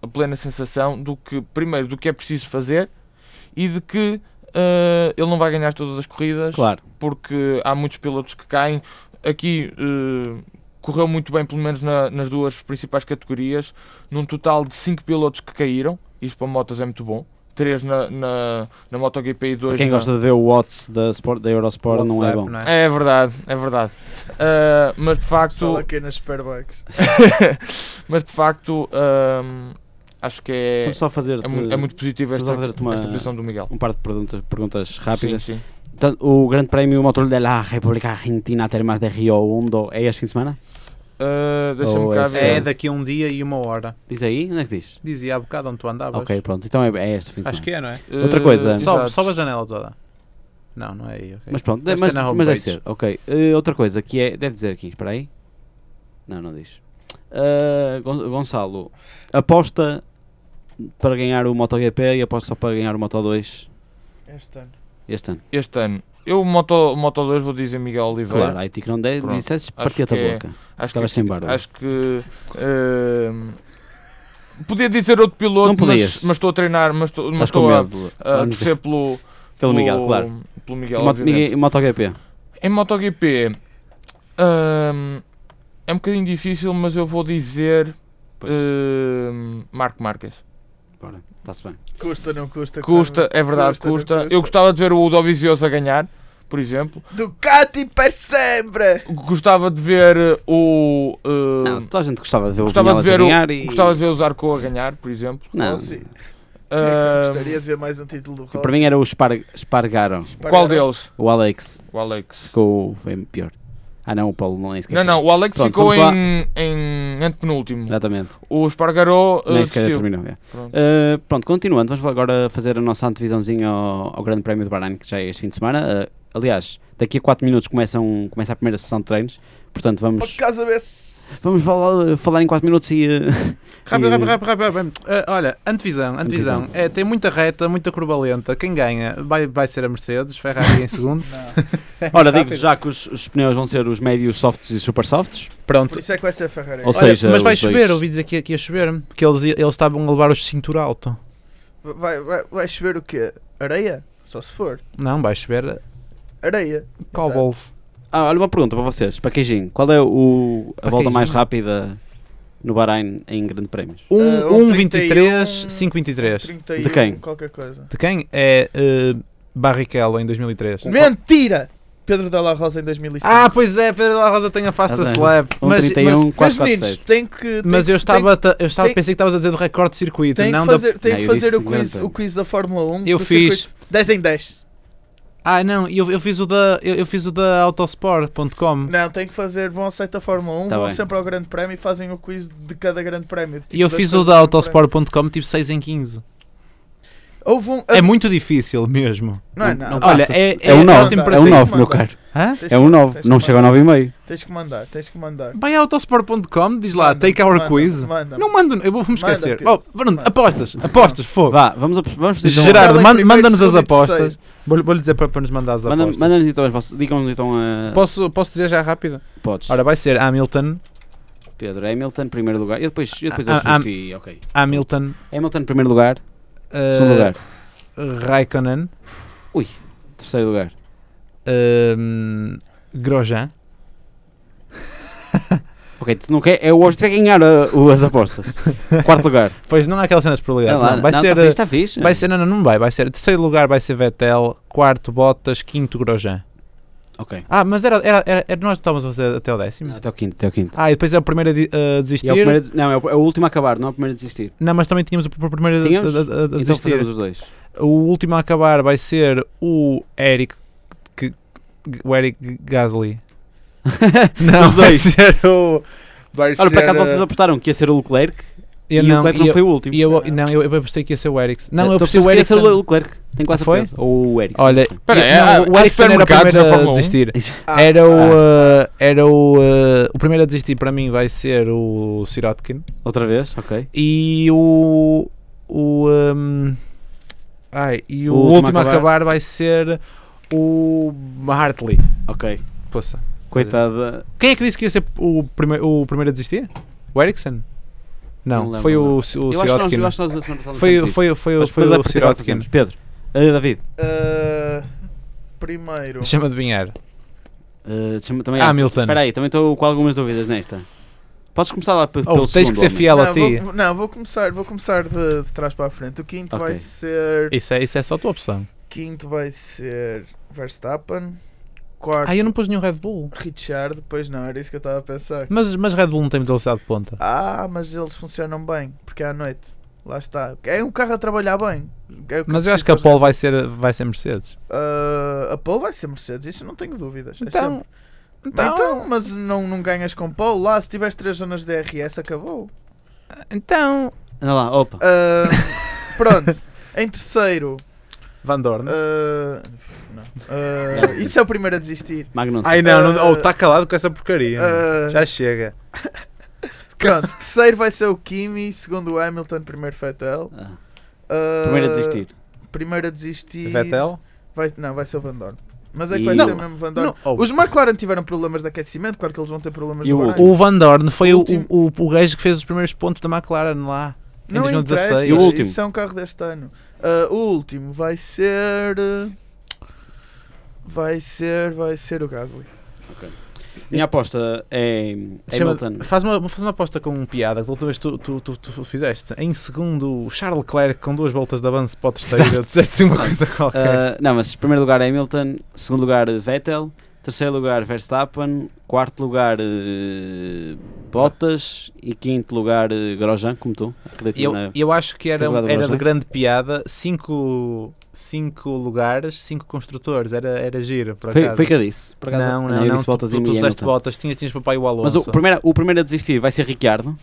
Speaker 5: a plena sensação do que primeiro do que é preciso fazer e de que eh, ele não vai ganhar todas as corridas
Speaker 1: Claro.
Speaker 5: porque há muitos pilotos que caem. Aqui eh, correu muito bem, pelo menos na- nas duas principais categorias, num total de 5 pilotos que caíram. Isto para motas é muito bom. 3 na, na, na MotoGP e 2
Speaker 1: Para quem
Speaker 5: na...
Speaker 1: gosta de ver o Watts da, Sport, da Eurosport, não é
Speaker 4: WhatsApp,
Speaker 1: bom.
Speaker 4: não
Speaker 5: É verdade, é verdade. Eh, mas de
Speaker 3: Só
Speaker 5: facto,
Speaker 3: aqui nas superbikes.
Speaker 5: mas de facto hum, acho que é,
Speaker 1: Deixa-me só fazer-te
Speaker 5: é, mu- é muito positivo
Speaker 1: deixa-me
Speaker 5: esta,
Speaker 1: só fazer-te uma-
Speaker 5: esta posição do Miguel.
Speaker 1: um par de perguntas, perguntas rápidas.
Speaker 5: Sim, sim.
Speaker 1: Portanto, o Grande Prémio Motor de la República Argentina Termas de Rio Hondo é este fim de semana?
Speaker 5: Eh, Deixa-me
Speaker 1: Ou
Speaker 5: cá
Speaker 1: esse-
Speaker 5: ver.
Speaker 4: É daqui a um dia e uma hora.
Speaker 1: Diz aí, onde é que diz?
Speaker 4: Dizia há bocado onde tu andavas.
Speaker 1: Ok, pronto, então é, é este fim de
Speaker 6: Acho
Speaker 1: semana.
Speaker 6: que é, não é?
Speaker 5: Eh,
Speaker 1: outra coisa.
Speaker 4: Sobe,
Speaker 5: exato.
Speaker 4: sobe a janela toda. Não, não é aí. ok.
Speaker 1: Mas pronto,
Speaker 4: Deve
Speaker 1: mas,
Speaker 4: ser na
Speaker 1: mas deve
Speaker 4: homepage.
Speaker 1: ser, ok. Eh, outra coisa que é, deve dizer aqui, espera aí. Não, não diz. Eh, Gon- Gonçalo, aposta para ganhar o MotoGP e aposta para ganhar o Moto2
Speaker 3: Este ano.
Speaker 1: este ano.
Speaker 5: Este ano. Eu, Moto, Moto 2, vou dizer Miguel Oliveira.
Speaker 1: Claro, aí ti que não de,
Speaker 5: Pronto,
Speaker 1: dissesses,
Speaker 5: acho
Speaker 1: partia-te a
Speaker 5: que é-
Speaker 1: boca.
Speaker 5: Acho
Speaker 1: Ficavas sem barba.
Speaker 5: Acho que. ehm, podia dizer outro piloto,
Speaker 1: Não podias.
Speaker 5: mas, mas estou a treinar, mas estou, mas
Speaker 1: Estás com
Speaker 5: estou a,
Speaker 1: medo.
Speaker 5: a
Speaker 1: Vamos
Speaker 5: torcer pelo,
Speaker 1: Pelo Miguel, claro.
Speaker 5: Pelo uh, Miguel,
Speaker 1: Moto-
Speaker 5: obviamente.
Speaker 1: Miguel- MotoGP.
Speaker 5: Em MotoGP ehm, é um bocadinho difícil, mas eu vou dizer ehm, Marco Marques. Uh,
Speaker 1: Bora, está-se bem.
Speaker 3: Custa, não custa.
Speaker 5: Custa, é verdade,
Speaker 3: Custa, não
Speaker 5: custa.
Speaker 3: custa.
Speaker 5: Eu gostava de ver o Dovizioso a ganhar, por exemplo.
Speaker 3: cara. Ducati para sempre!
Speaker 5: Gostava de ver eh, o. ehm,
Speaker 1: Não, se toda a gente gostava de ver
Speaker 5: gostava
Speaker 1: o
Speaker 5: de
Speaker 1: Vinhales
Speaker 5: ver
Speaker 1: a
Speaker 5: o-
Speaker 1: ganhar e...
Speaker 5: Gostava de ver o Zarco a ganhar, por exemplo.
Speaker 1: Não, Ah,
Speaker 3: Oh, sim.
Speaker 1: é
Speaker 5: Ehm,
Speaker 3: Gostaria de ver mais um título do Rossi.
Speaker 1: para mim era o Spar- Spargaro,
Speaker 5: Qual deles?
Speaker 1: o Alex,
Speaker 5: O Alex.
Speaker 1: ficou, foi pior. Ah não, o Paulo não é sequer.
Speaker 5: Não, não, o Alex
Speaker 1: Pronto,
Speaker 5: ficou
Speaker 1: vamos lá.
Speaker 5: em, em antepenúltimo.
Speaker 1: Exatamente,
Speaker 5: O Espargaró uh,
Speaker 1: nem sequer
Speaker 5: desistiu.
Speaker 1: terminou. é.
Speaker 5: Pronto.
Speaker 1: Uh, pronto, continuando, vamos agora fazer a nossa antevisãozinha ao, ao Grande Prémio de Bahrein, que já é este fim de semana. Uh, aliás, daqui a 4 minutos começam, começa a primeira sessão de treinos, portanto
Speaker 3: Para
Speaker 1: vamos,
Speaker 3: casa ver
Speaker 1: vamos falar, falar em 4 minutos e...
Speaker 4: [laughs]
Speaker 1: uh,
Speaker 4: Rápido,
Speaker 1: e-
Speaker 4: rápido, rápido, rápido. rápido. Ah, olha, antevisão, antevisão.
Speaker 1: Antevisão.
Speaker 4: É, tem muita reta, muita curva lenta. Quem ganha vai, vai ser a Mercedes, Ferrari
Speaker 1: [laughs]
Speaker 4: em segundo.
Speaker 1: Ora, digo já que os, os pneus vão ser os médios softs e os super softs.
Speaker 3: Por
Speaker 4: Pronto.
Speaker 3: isso é que vai ser Ferrari.
Speaker 1: Ou
Speaker 4: Olha,
Speaker 1: seja,
Speaker 4: mas vai
Speaker 1: os dois-
Speaker 4: chover, ouvi dizer que, que ia chover. Porque eles, ia- eles estavam a levar o cintura alto.
Speaker 3: Vai, vai, vai chover o quê? Areia? Só se for.
Speaker 4: Não, vai chover eh,
Speaker 3: Areia.
Speaker 4: cobbles.
Speaker 1: Ah, olha uma pergunta para vocês, para Queijinho. Qual é o, a
Speaker 4: Para
Speaker 1: volta
Speaker 4: Queijinho.
Speaker 1: mais rápida no Bahrein em Grande Prémios?
Speaker 4: 1,
Speaker 3: Ah,
Speaker 4: 1
Speaker 3: um
Speaker 4: 23,
Speaker 3: 31,
Speaker 4: 5, 23.
Speaker 3: 31,
Speaker 1: De quem?
Speaker 3: Qualquer coisa.
Speaker 4: De quem? É eh, Barrichello em 2003.
Speaker 3: Mentira! Pedro da La Rosa em 2005.
Speaker 4: Ah, pois é, Pedro da Rosa tem a
Speaker 1: Ah,
Speaker 4: Fastest
Speaker 1: bem.
Speaker 4: Lab.
Speaker 1: Um
Speaker 4: mas,
Speaker 1: 31,
Speaker 4: mas,
Speaker 3: Mas
Speaker 1: 4, 4,
Speaker 3: meninos,
Speaker 1: 6.
Speaker 3: tem que. tem
Speaker 4: mas
Speaker 3: que-
Speaker 4: eu estava, ta- eu estava
Speaker 3: tem-
Speaker 4: pensei que estavas a dizer do recorde de circuito,
Speaker 3: Tem, tem
Speaker 4: não
Speaker 3: que
Speaker 4: da.
Speaker 3: fazer, tem
Speaker 1: Não,
Speaker 3: que
Speaker 1: eu
Speaker 3: fazer
Speaker 1: disse
Speaker 3: o, quiz,
Speaker 1: 50.
Speaker 3: o quiz da Fórmula 1.
Speaker 4: Eu
Speaker 3: do
Speaker 4: fiz.
Speaker 3: circuito. 10 em 10.
Speaker 4: Ah, não, eu, eu fiz o da, eu, eu fiz o da autosport.com.
Speaker 3: Não, tem que fazer. Vão ao site da Fórmula 1,
Speaker 1: Tá
Speaker 3: vão
Speaker 1: bem.
Speaker 3: sempre ao Grande Prémio e fazem o quiz de cada Grande Prémio. tipo,
Speaker 4: E eu
Speaker 3: das
Speaker 4: fiz o
Speaker 3: coisas
Speaker 4: da
Speaker 3: do Grande Prémio.
Speaker 4: autosport.com tipo 6 em 15.
Speaker 3: Houve um.
Speaker 4: É muito difícil mesmo.
Speaker 3: Não é
Speaker 1: não
Speaker 3: nada.
Speaker 1: passa.
Speaker 4: Olha, é,
Speaker 1: É um
Speaker 3: não,
Speaker 1: 9,
Speaker 3: não,
Speaker 1: é um
Speaker 3: não,
Speaker 1: 9,
Speaker 3: não,
Speaker 1: meu
Speaker 3: não.
Speaker 1: caro.
Speaker 4: Hã?
Speaker 3: Tens
Speaker 1: É
Speaker 3: que-
Speaker 1: um 9,
Speaker 3: tens que
Speaker 1: não chega a
Speaker 3: mandar.
Speaker 1: 9,5.
Speaker 3: Tens que mandar, tens que mandar.
Speaker 4: Vai a autosport.com, diz lá,
Speaker 3: Manda,
Speaker 4: take our
Speaker 3: manda,
Speaker 4: quiz.
Speaker 3: Manda.
Speaker 4: Não mando, eu vou me
Speaker 3: Manda,
Speaker 4: esquecer.
Speaker 3: Pedro.
Speaker 4: Oh, Bruno,
Speaker 3: Manda.
Speaker 4: apostas, apostas, fogo.
Speaker 1: Vá, vamos, a- vamos então,
Speaker 3: Geral,
Speaker 4: Gerardo,
Speaker 3: Ela em
Speaker 4: man-
Speaker 3: primeiro,
Speaker 4: manda-nos as
Speaker 3: segundo e
Speaker 4: apostas.
Speaker 3: terceiro.
Speaker 4: Vou-lhe vou-lhe dizer para, para nos mandar as
Speaker 1: manda-
Speaker 4: apostas.
Speaker 1: Manda-nos então as vossas. Digam-nos então a.
Speaker 4: Posso, posso dizer já rápido?
Speaker 1: Podes.
Speaker 4: Ora, vai ser Hamilton,
Speaker 1: Pedro, Hamilton, primeiro lugar. Eu depois, eu depois
Speaker 4: Ah, ah,
Speaker 1: assusto e. Ok.
Speaker 4: Hamilton,
Speaker 1: Hamilton, primeiro lugar.
Speaker 4: eh,
Speaker 1: Segundo lugar.
Speaker 4: Raikkonen,
Speaker 1: Ui, terceiro lugar.
Speaker 4: ehm, Grosjean.
Speaker 1: Ok, tu não quer, é o Oscar que ganhar uh, o- as
Speaker 4: [laughs]
Speaker 1: apostas. Quarto lugar.
Speaker 4: Pois não há aquelas cenas de probabilidade.
Speaker 1: Olha lá,
Speaker 4: não. Vai
Speaker 1: não,
Speaker 4: ser. uh, eh,
Speaker 1: Está fixe, está fixe.
Speaker 4: Vai ser, não, não, não vai, vai ser. Terceiro lugar vai ser Vettel, quarto Bottas, quinto Grosjean.
Speaker 1: Ok.
Speaker 4: Ah, mas era, era, era, era nós que estávamos a fazer até o décimo.
Speaker 1: Até o quinto, até o quinto.
Speaker 4: Ah, e depois é o primeiro a di- a
Speaker 1: E
Speaker 4: desistir.
Speaker 1: é o primeiro a des- não, é o, é o último a acabar, não é o primeiro a desistir.
Speaker 4: Não, mas também tínhamos o pr- primeiro a-
Speaker 1: Tínhamos?
Speaker 4: a, a- a
Speaker 1: então
Speaker 4: desistir.
Speaker 1: fazemos os dois.
Speaker 4: O último a acabar vai ser o Eric. Que, o Eric Gasly. [laughs] Não,
Speaker 1: Os
Speaker 4: vai
Speaker 1: dois.
Speaker 4: ser o. uh,
Speaker 6: Vais
Speaker 1: Olha, por
Speaker 6: ser,
Speaker 1: acaso
Speaker 6: eh,
Speaker 1: vocês apostaram que ia ser o Leclerc
Speaker 4: Eu
Speaker 1: e o
Speaker 4: não,
Speaker 1: Leclerc
Speaker 4: e
Speaker 1: não
Speaker 4: eu,
Speaker 1: foi o último.
Speaker 4: e eu, não, eu, eu apostei que ia ser o Ericsson. Não, eu
Speaker 1: estou
Speaker 4: apostei o
Speaker 1: ia ser
Speaker 4: Ericsson.
Speaker 1: o Leclerc. Tenho quase
Speaker 4: Ah, foi?
Speaker 1: certeza. Ou o Ericsson.
Speaker 4: Olha,
Speaker 5: Espera,
Speaker 4: eu-
Speaker 5: é-
Speaker 4: não, o Ericsson
Speaker 5: há
Speaker 4: era o
Speaker 5: supermercados
Speaker 4: primeiro
Speaker 5: na
Speaker 4: a
Speaker 1: um?
Speaker 5: Fórmula 1?
Speaker 4: desistir.
Speaker 3: Ah,
Speaker 4: era o. uh, era o. uh, o primeiro a desistir para mim vai ser o Sirotkin.
Speaker 1: [laughs] Outra vez, ok.
Speaker 4: E o. O. um, ai, e o,
Speaker 1: O
Speaker 4: último,
Speaker 1: último a
Speaker 4: a acabar vai ser o. Hartley.
Speaker 1: Ok.
Speaker 4: Poça.
Speaker 1: Coitada.
Speaker 4: Quem é que disse que ia ser o, prime o primeiro a desistir? O Ericsson?
Speaker 1: Não
Speaker 4: Não,
Speaker 1: lembro,
Speaker 4: foi
Speaker 1: não
Speaker 4: o, o
Speaker 1: Eu acho, que nós,
Speaker 4: Sirotkin.
Speaker 1: eu acho que nós na semana passada
Speaker 4: Foi,
Speaker 1: fizemos
Speaker 4: foi, foi,
Speaker 1: isso.
Speaker 4: foi,
Speaker 1: Mas depois a
Speaker 4: o
Speaker 1: partir de agora
Speaker 4: Sirotkin.
Speaker 1: fazemos. é Pedro, Ah, David,
Speaker 3: ah, primeiro.
Speaker 4: Deixa-me adivinhar.
Speaker 1: ah, deixa-me também.
Speaker 4: Hamilton.
Speaker 1: Espera aí, também estou com algumas dúvidas nesta. Podes começar lá pe- pelo
Speaker 4: Oh, tens que
Speaker 1: segundo,
Speaker 4: ser
Speaker 1: homem.
Speaker 4: fiel a
Speaker 3: não,
Speaker 4: ti.
Speaker 3: vou, não, vou começar, vou começar de, de trás para a frente. O quinto
Speaker 1: Ok.
Speaker 3: vai ser.
Speaker 4: Isso é, isso é só a tua opção.
Speaker 3: Quinto vai ser Verstappen. Quarto,
Speaker 4: Ah, eu não pus nenhum Red Bull.
Speaker 3: Richard. Pois não, era isso que eu estava a pensar.
Speaker 4: Mas, mas Red Bull não tem muita velocidade de ponta.
Speaker 3: Ah, mas eles funcionam bem, porque é à noite. Lá está. É um carro a trabalhar bem. É o
Speaker 4: Mas eu acho
Speaker 3: preciso
Speaker 4: que a
Speaker 3: para os
Speaker 4: Pole vai ser, vai ser Mercedes.
Speaker 3: Ah, a pole vai ser Mercedes, isso não tenho dúvidas. É
Speaker 4: Então,
Speaker 3: sempre.
Speaker 4: então,
Speaker 3: Então, mas não, não ganhas com pole lá. Se tiveres três zonas de DRS, acabou.
Speaker 4: então.
Speaker 1: Anda lá, opa.
Speaker 3: Ah, [laughs] pronto. Em terceiro,
Speaker 4: Van Dorn.
Speaker 3: ah, não. Ah, isso é o primeiro a desistir.
Speaker 1: Magnus.
Speaker 4: Ai
Speaker 3: não, não- oh, tá
Speaker 4: calado com essa porcaria.
Speaker 3: Ah,
Speaker 4: chega.
Speaker 3: pronto, terceiro vai ser o Kimi, segundo o Hamilton, primeiro Vettel.
Speaker 1: Ah,
Speaker 3: Ah,
Speaker 1: primeiro a desistir.
Speaker 3: Primeiro a desistir.
Speaker 4: Vettel?
Speaker 3: Vai, não, vai ser o Van Dorn. Mas é que vai
Speaker 1: Não.
Speaker 3: ser mesmo Van Dorn.
Speaker 4: Não, oh,
Speaker 3: Os McLaren tiveram problemas de aquecimento, claro que eles vão ter problemas
Speaker 1: E
Speaker 3: no
Speaker 1: o
Speaker 3: Bahrein.
Speaker 4: O Van Dorn foi o,
Speaker 3: Último.
Speaker 4: o, o gajo que fez os primeiros pontos da McLaren lá. Em
Speaker 3: Não
Speaker 4: 2016.
Speaker 3: interessa,
Speaker 1: E o último?
Speaker 3: Isso é um carro deste ano. Ah, o último vai ser. ah, Vai ser. Vai ser o Gasly.
Speaker 1: Minha aposta é
Speaker 4: Chama-
Speaker 1: Hamilton.
Speaker 4: faz, uma, faz uma aposta com piada que da última vez tu, tu, tu, tu fizeste. Em segundo, o Charles Leclerc com duas voltas de avanço para o terceiro. Disseste uma coisa qualquer.
Speaker 1: Ah, não, mas primeiro lugar Hamilton, segundo lugar eh, Vettel, terceiro lugar Verstappen, quarto lugar eh, Bottas e quinto lugar eh, Grosjean, como tu. Acredito
Speaker 4: Eu,
Speaker 1: na...
Speaker 4: eu acho que era, um,
Speaker 1: Figurado
Speaker 4: era
Speaker 1: Grosjean.
Speaker 4: de grande piada. Cinco, cinco lugares, cinco construtores. Era, era giro, por
Speaker 1: Foi,
Speaker 4: acaso.
Speaker 1: foi que eu disse. Por acaso,
Speaker 4: não, não, não.
Speaker 1: eu disse
Speaker 4: tu-
Speaker 1: Bottas
Speaker 4: tu,
Speaker 1: e
Speaker 4: tu puseste
Speaker 1: Hamilton.
Speaker 4: botas, tinhas, tinhas papai o Alonso.
Speaker 1: Mas o primeiro, o primeiro a desistir vai ser Ricciardo,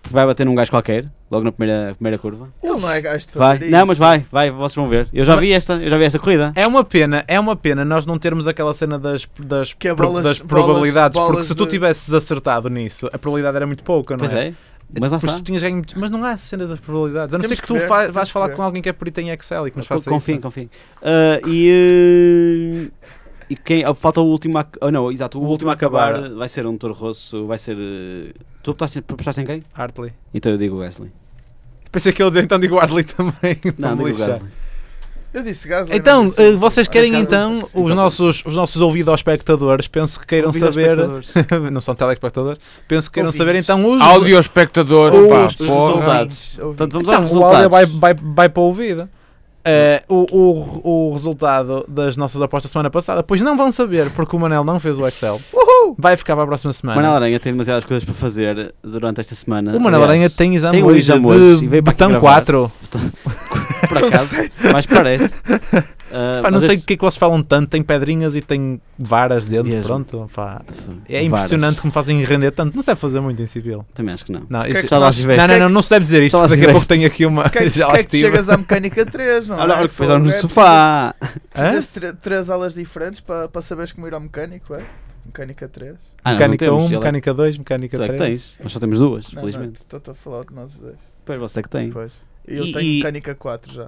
Speaker 1: porque vai bater num gajo qualquer, logo na primeira, primeira curva.
Speaker 3: Ele não é gajo de
Speaker 1: Vai.
Speaker 3: fazer
Speaker 1: Não,
Speaker 3: isso.
Speaker 1: mas vai, vai, vocês vão ver. Eu já vi esta, eu já vi esta corrida.
Speaker 4: É uma pena, é uma pena nós não termos aquela cena das, das,
Speaker 3: Que é
Speaker 4: pro-
Speaker 3: bolas-
Speaker 4: das
Speaker 3: bolas-
Speaker 4: probabilidades, porque
Speaker 3: bolas
Speaker 4: se tu
Speaker 3: de-
Speaker 4: tivesses acertado nisso, a probabilidade era muito pouca, não tipo
Speaker 1: Pois é. Mas lá está.
Speaker 4: tu tinhas ganho muito- Mas não há cena das probabilidades. A não ser
Speaker 3: Temos
Speaker 4: que
Speaker 3: que
Speaker 4: tu
Speaker 3: ver,
Speaker 4: fa-
Speaker 3: temos
Speaker 4: vais
Speaker 3: que
Speaker 4: falar
Speaker 3: ver.
Speaker 4: com alguém que é perito em Excel e que nos faça
Speaker 1: Confiem,
Speaker 4: isso. é?
Speaker 1: confiem. Ah, e. ah, e quem, ah, falta o último a, oh, não, exato, o, último a acabar
Speaker 4: acabar.
Speaker 1: vai ser um Toro Rosso, vai ser. ah, tu apostaste, apostaste em quem?
Speaker 4: Hartley.
Speaker 1: Então eu digo o Wesley.
Speaker 4: Pensei que ele dizia, então digo Hartley também.
Speaker 1: [laughs] Não,
Speaker 4: vou-me
Speaker 1: digo o
Speaker 4: lixar.
Speaker 1: Wesley.
Speaker 3: Eu disse Gasly.
Speaker 4: Então,
Speaker 3: não disse-
Speaker 4: eh, vocês querem
Speaker 3: Gasly.
Speaker 4: então,
Speaker 3: Então,
Speaker 4: os nossos, os nossos ouvidospectadores, penso que queiram
Speaker 1: Convido aos
Speaker 4: saber,
Speaker 1: [laughs] espectadores.
Speaker 4: [laughs] não são telespectadores, penso que queiram
Speaker 3: Ouvintes.
Speaker 4: saber então os...
Speaker 5: Áudio espectadores,
Speaker 4: Os-
Speaker 5: pá,
Speaker 4: os
Speaker 5: porra.
Speaker 1: resultados.
Speaker 3: ouvintes, ouvintes.
Speaker 1: Portanto, vamos
Speaker 4: Então,
Speaker 1: aos
Speaker 4: o áudio
Speaker 1: resultados.
Speaker 4: vai, vai, vai para o ouvido. Eh, o, o, o resultado das nossas apostas da semana passada, pois não vão saber, porque o Manel não fez o Excel. Vai ficar para a próxima
Speaker 1: O
Speaker 4: semana.
Speaker 1: Manel Aranha tem demasiadas coisas para fazer durante esta semana.
Speaker 4: o Manel
Speaker 1: Aliás,
Speaker 4: Aranha tem exame
Speaker 1: tem um
Speaker 4: hoje
Speaker 1: exame
Speaker 4: de
Speaker 1: hoje e veio para aqui
Speaker 4: botão
Speaker 1: gravar.
Speaker 4: 4.
Speaker 1: por acaso, mas parece.
Speaker 4: [laughs]
Speaker 1: Ah,
Speaker 4: Pá, não
Speaker 1: mas
Speaker 4: sei o
Speaker 1: este-
Speaker 4: que é que vocês falam tanto, tem pedrinhas e tem varas dentro,
Speaker 1: Mesmo.
Speaker 4: pronto, pá. É
Speaker 1: Varas.
Speaker 4: impressionante como fazem render tanto, não se deve fazer muito em civil.
Speaker 1: Também acho que não.
Speaker 4: Não,
Speaker 3: que é
Speaker 4: isso-
Speaker 3: que
Speaker 1: Já lá estiveste.
Speaker 4: não, não, não, não se deve dizer isto,
Speaker 1: Só lá
Speaker 4: daqui a pouco
Speaker 1: estiveste.
Speaker 4: tenho aqui uma,
Speaker 1: [laughs]
Speaker 3: Que é que,
Speaker 4: [laughs] já
Speaker 3: que
Speaker 4: lá
Speaker 3: é que tu
Speaker 4: estive.
Speaker 3: chegas à mecânica 3, não
Speaker 1: Olha,
Speaker 3: é?
Speaker 1: olha que fizeram
Speaker 3: Fogo,
Speaker 1: no
Speaker 3: é
Speaker 1: sofá.
Speaker 3: preciso-
Speaker 4: Hã?
Speaker 3: Precisas de tre- três aulas diferentes para, para saberes como ir ao mecânico, é? Mecânica 3.
Speaker 1: Ah, nós não
Speaker 4: Mecânica
Speaker 1: temos,
Speaker 4: 1,
Speaker 1: ele é-
Speaker 4: mecânica 2, mecânica
Speaker 1: Tu é que
Speaker 4: 3.
Speaker 1: tens. Nós só temos duas,
Speaker 3: Não,
Speaker 1: felizmente.
Speaker 3: Estou a falar de nós dois.
Speaker 1: Pois você é que tem.
Speaker 3: Pois. é Eu
Speaker 4: E-
Speaker 3: tenho
Speaker 4: e-
Speaker 3: mecânica 4 já.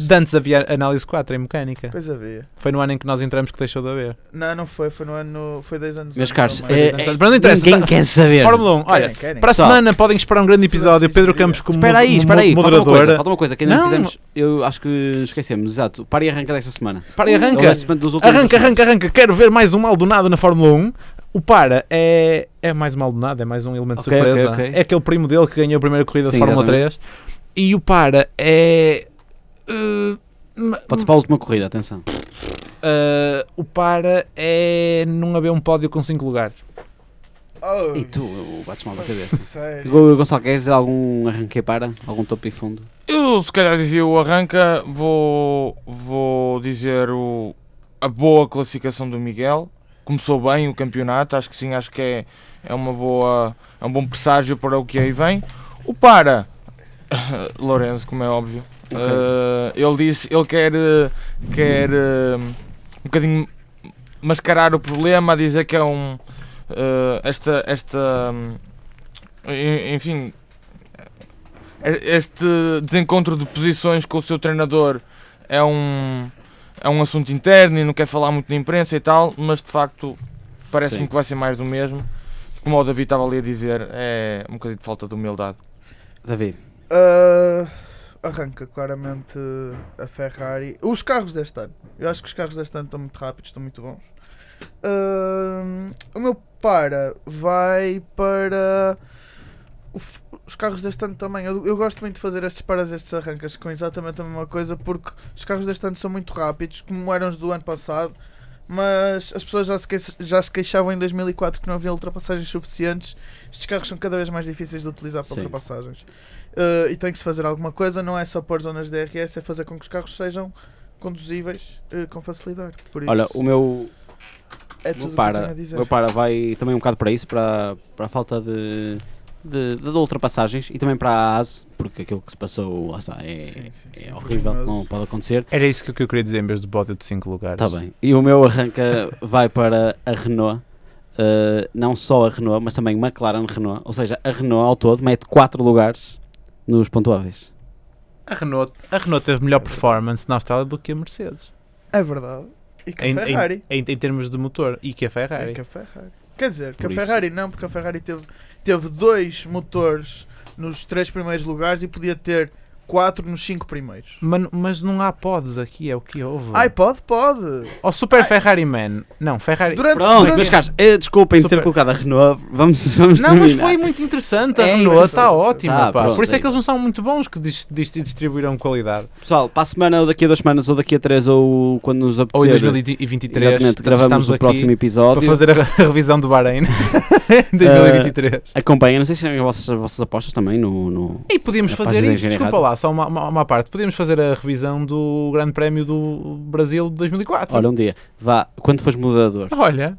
Speaker 4: Dantes havia análise 4
Speaker 1: É.
Speaker 4: em mecânica.
Speaker 3: Pois havia.
Speaker 4: Foi no ano em que nós entramos que deixou de haver.
Speaker 3: Não, não foi, foi no ano. Foi dois anos. um
Speaker 1: Meus
Speaker 3: antes,
Speaker 1: caros,
Speaker 3: não, mas-
Speaker 1: é,
Speaker 4: mas-
Speaker 1: é,
Speaker 4: mas não interessa,
Speaker 1: ninguém
Speaker 4: tá-
Speaker 1: quer saber. um,
Speaker 4: Fórmula 1, olha,
Speaker 3: Querem, querem.
Speaker 4: para a
Speaker 1: Só.
Speaker 4: semana podem esperar um grande episódio. Pedro Campos como
Speaker 1: Espera aí,
Speaker 4: mo-
Speaker 1: espera aí, falta uma,
Speaker 4: moderador.
Speaker 1: coisa, falta uma coisa que ainda não
Speaker 4: Não.
Speaker 1: fizemos. Eu acho que esquecemos, exato. Para e arranca desta semana.
Speaker 4: Para aí,
Speaker 1: É o
Speaker 4: arranca.
Speaker 1: assessment dos últimos
Speaker 4: Arranca,
Speaker 1: dois
Speaker 4: arranca, arranca. Quero ver mais um mal do nada na Fórmula 1. O para é, é mais mal do nada, é mais um elemento de
Speaker 1: Ok, ok,
Speaker 4: surpresa.
Speaker 1: ok.
Speaker 4: É aquele primo dele que ganhou a primeira corrida
Speaker 1: Sim,
Speaker 4: da Fórmula
Speaker 1: exatamente.
Speaker 4: 3. E o para é. uh, ma-
Speaker 1: Pode ser para a última corrida, atenção.
Speaker 4: uh, o para é não haver um pódio com 5 lugares.
Speaker 3: Oh,
Speaker 1: E tu, eu- bates mal da cabeça.
Speaker 3: sério.
Speaker 1: Go- Gonçalo, queres dizer algum arranque para? Algum topo e fundo?
Speaker 5: Eu se calhar dizia o arranca, vou, vou dizer o, a boa classificação do Miguel. Começou bem o campeonato, acho que sim, acho que é, é, uma boa, é um bom presságio para o que aí vem. O para, [coughs] Lourenço, como é óbvio, eh, ele disse, ele quer, eh, quer eh, um bocadinho mascarar o problema, dizer que é um... eh, esta, esta, hum, en- enfim, este desencontro de posições com o seu treinador é um, é um assunto interno e não quer falar muito na imprensa e tal, mas de facto
Speaker 1: Sim.
Speaker 5: parece-me que vai ser mais do mesmo. Como o David estava ali a dizer, é um bocadinho de falta de humildade.
Speaker 1: David.
Speaker 3: Ah, arranca claramente a Ferrari. Os carros deste ano. Eu acho que os carros deste ano estão muito rápidos, estão muito bons. Ah, o meu para vai para. o f- Os carros deste ano também. Eu, eu gosto muito de fazer estes paras, estes arrancas com exatamente a mesma coisa, porque os carros deste ano são muito rápidos, como eram os do ano passado. Mas as pessoas já se, queixa- já se queixavam em 2004 que não havia ultrapassagens suficientes. Estes carros são cada vez mais difíceis de utilizar para
Speaker 1: Sim.
Speaker 3: ultrapassagens. Uh, e tem que se fazer alguma coisa, não é só pôr zonas de DRS, é fazer com que os carros sejam conduzíveis uh, com facilidade. Por isso,
Speaker 1: Olha, o meu,
Speaker 3: é
Speaker 1: o
Speaker 3: tudo o
Speaker 1: meu
Speaker 3: que
Speaker 1: para,
Speaker 3: tenho a
Speaker 1: o
Speaker 3: dizer.
Speaker 1: meu para vai também um bocado para isso, para, para a falta de, de, de ultrapassagens e também para a ASE, porque aquilo que se passou lá está, é,
Speaker 3: Sim, sim, sim,
Speaker 1: é horrível,
Speaker 3: vergonhoso.
Speaker 1: não pode acontecer.
Speaker 4: Era isso que eu queria dizer em vez de pódio de 5 lugares.
Speaker 1: Está Tá bem. E o meu arranca vai para a Renault. Uh, não só a Renault, mas também McLaren Renault. Ou seja, a Renault ao todo mete 4 lugares nos pontuáveis.
Speaker 4: A Renault, a Renault teve melhor performance na Austrália do que a Mercedes.
Speaker 3: É verdade. E que a
Speaker 4: Em,
Speaker 3: Ferrari.
Speaker 4: em, em, em termos de motor. E que a Ferrari.
Speaker 3: É que a Ferrari. Quer dizer, que
Speaker 1: Por
Speaker 3: a
Speaker 1: isso.
Speaker 3: Ferrari não, porque a Ferrari teve, teve dois motores nos três primeiros lugares e podia ter quatro nos cinco primeiros.
Speaker 4: Mas, mas não há pods aqui, é o que houve.
Speaker 1: Hum.
Speaker 3: Ai, pode, pode.
Speaker 4: Ó Super
Speaker 3: ai.
Speaker 4: Ferrari Man. Não, Ferrari.
Speaker 3: Durante,
Speaker 1: Pronto,
Speaker 3: durante-
Speaker 1: meus caros, eh, desculpem
Speaker 4: Super.
Speaker 1: ter colocado a Renault. Vamos, vamos
Speaker 4: Não, mas
Speaker 1: terminar.
Speaker 4: foi muito interessante. A
Speaker 1: É
Speaker 4: Renault
Speaker 3: interessante.
Speaker 4: está ótima,
Speaker 1: Tá,
Speaker 4: pá.
Speaker 1: pronto,
Speaker 4: Por isso
Speaker 1: é
Speaker 4: é que eles não são muito bons que dis- dis- distribuíram qualidade.
Speaker 1: Pessoal, para a semana, ou daqui a duas semanas, ou daqui a três, ou quando nos apetecer.
Speaker 4: Ou em 2023,
Speaker 1: é Exatamente,
Speaker 4: portanto,
Speaker 1: gravamos
Speaker 4: estamos
Speaker 1: o
Speaker 4: aqui
Speaker 1: próximo
Speaker 4: para
Speaker 1: episódio.
Speaker 4: fazer a re- a [laughs] revisão
Speaker 1: [laughs]
Speaker 4: do Bahrein em 2023.
Speaker 1: Acompanhem-nos, deixem as vossas, as vossas apostas também no. no...
Speaker 4: E podíamos
Speaker 1: é
Speaker 4: fazer
Speaker 1: página
Speaker 4: isso,
Speaker 1: engenheirada.
Speaker 4: desculpa lá, só uma, uma, uma parte. Podíamos fazer a revisão do Grande Prémio do Brasil de 2004.
Speaker 1: Olha, um dia. Vá, quando fores moderador.
Speaker 4: Olha.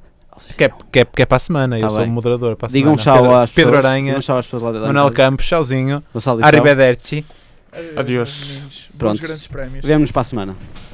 Speaker 4: Que é, que, é, que é para a semana, eu
Speaker 1: Tá
Speaker 4: sou
Speaker 1: bem.
Speaker 4: o moderador. Para a
Speaker 1: Digam
Speaker 4: semana.
Speaker 1: tchau
Speaker 4: Pedro,
Speaker 1: às
Speaker 4: Pedro
Speaker 1: pessoas.
Speaker 4: Aranha,
Speaker 1: Digam tchau às pessoas lá da
Speaker 4: Manuel Campos, tchauzinho.
Speaker 1: Gonçalo, diz tchau.
Speaker 4: Arrivederci.
Speaker 3: Adeus,
Speaker 5: Adeus.
Speaker 3: meninos. Eh, Bons
Speaker 1: Pronto.
Speaker 3: grandes prémios.
Speaker 1: Vemo-nos para a semana.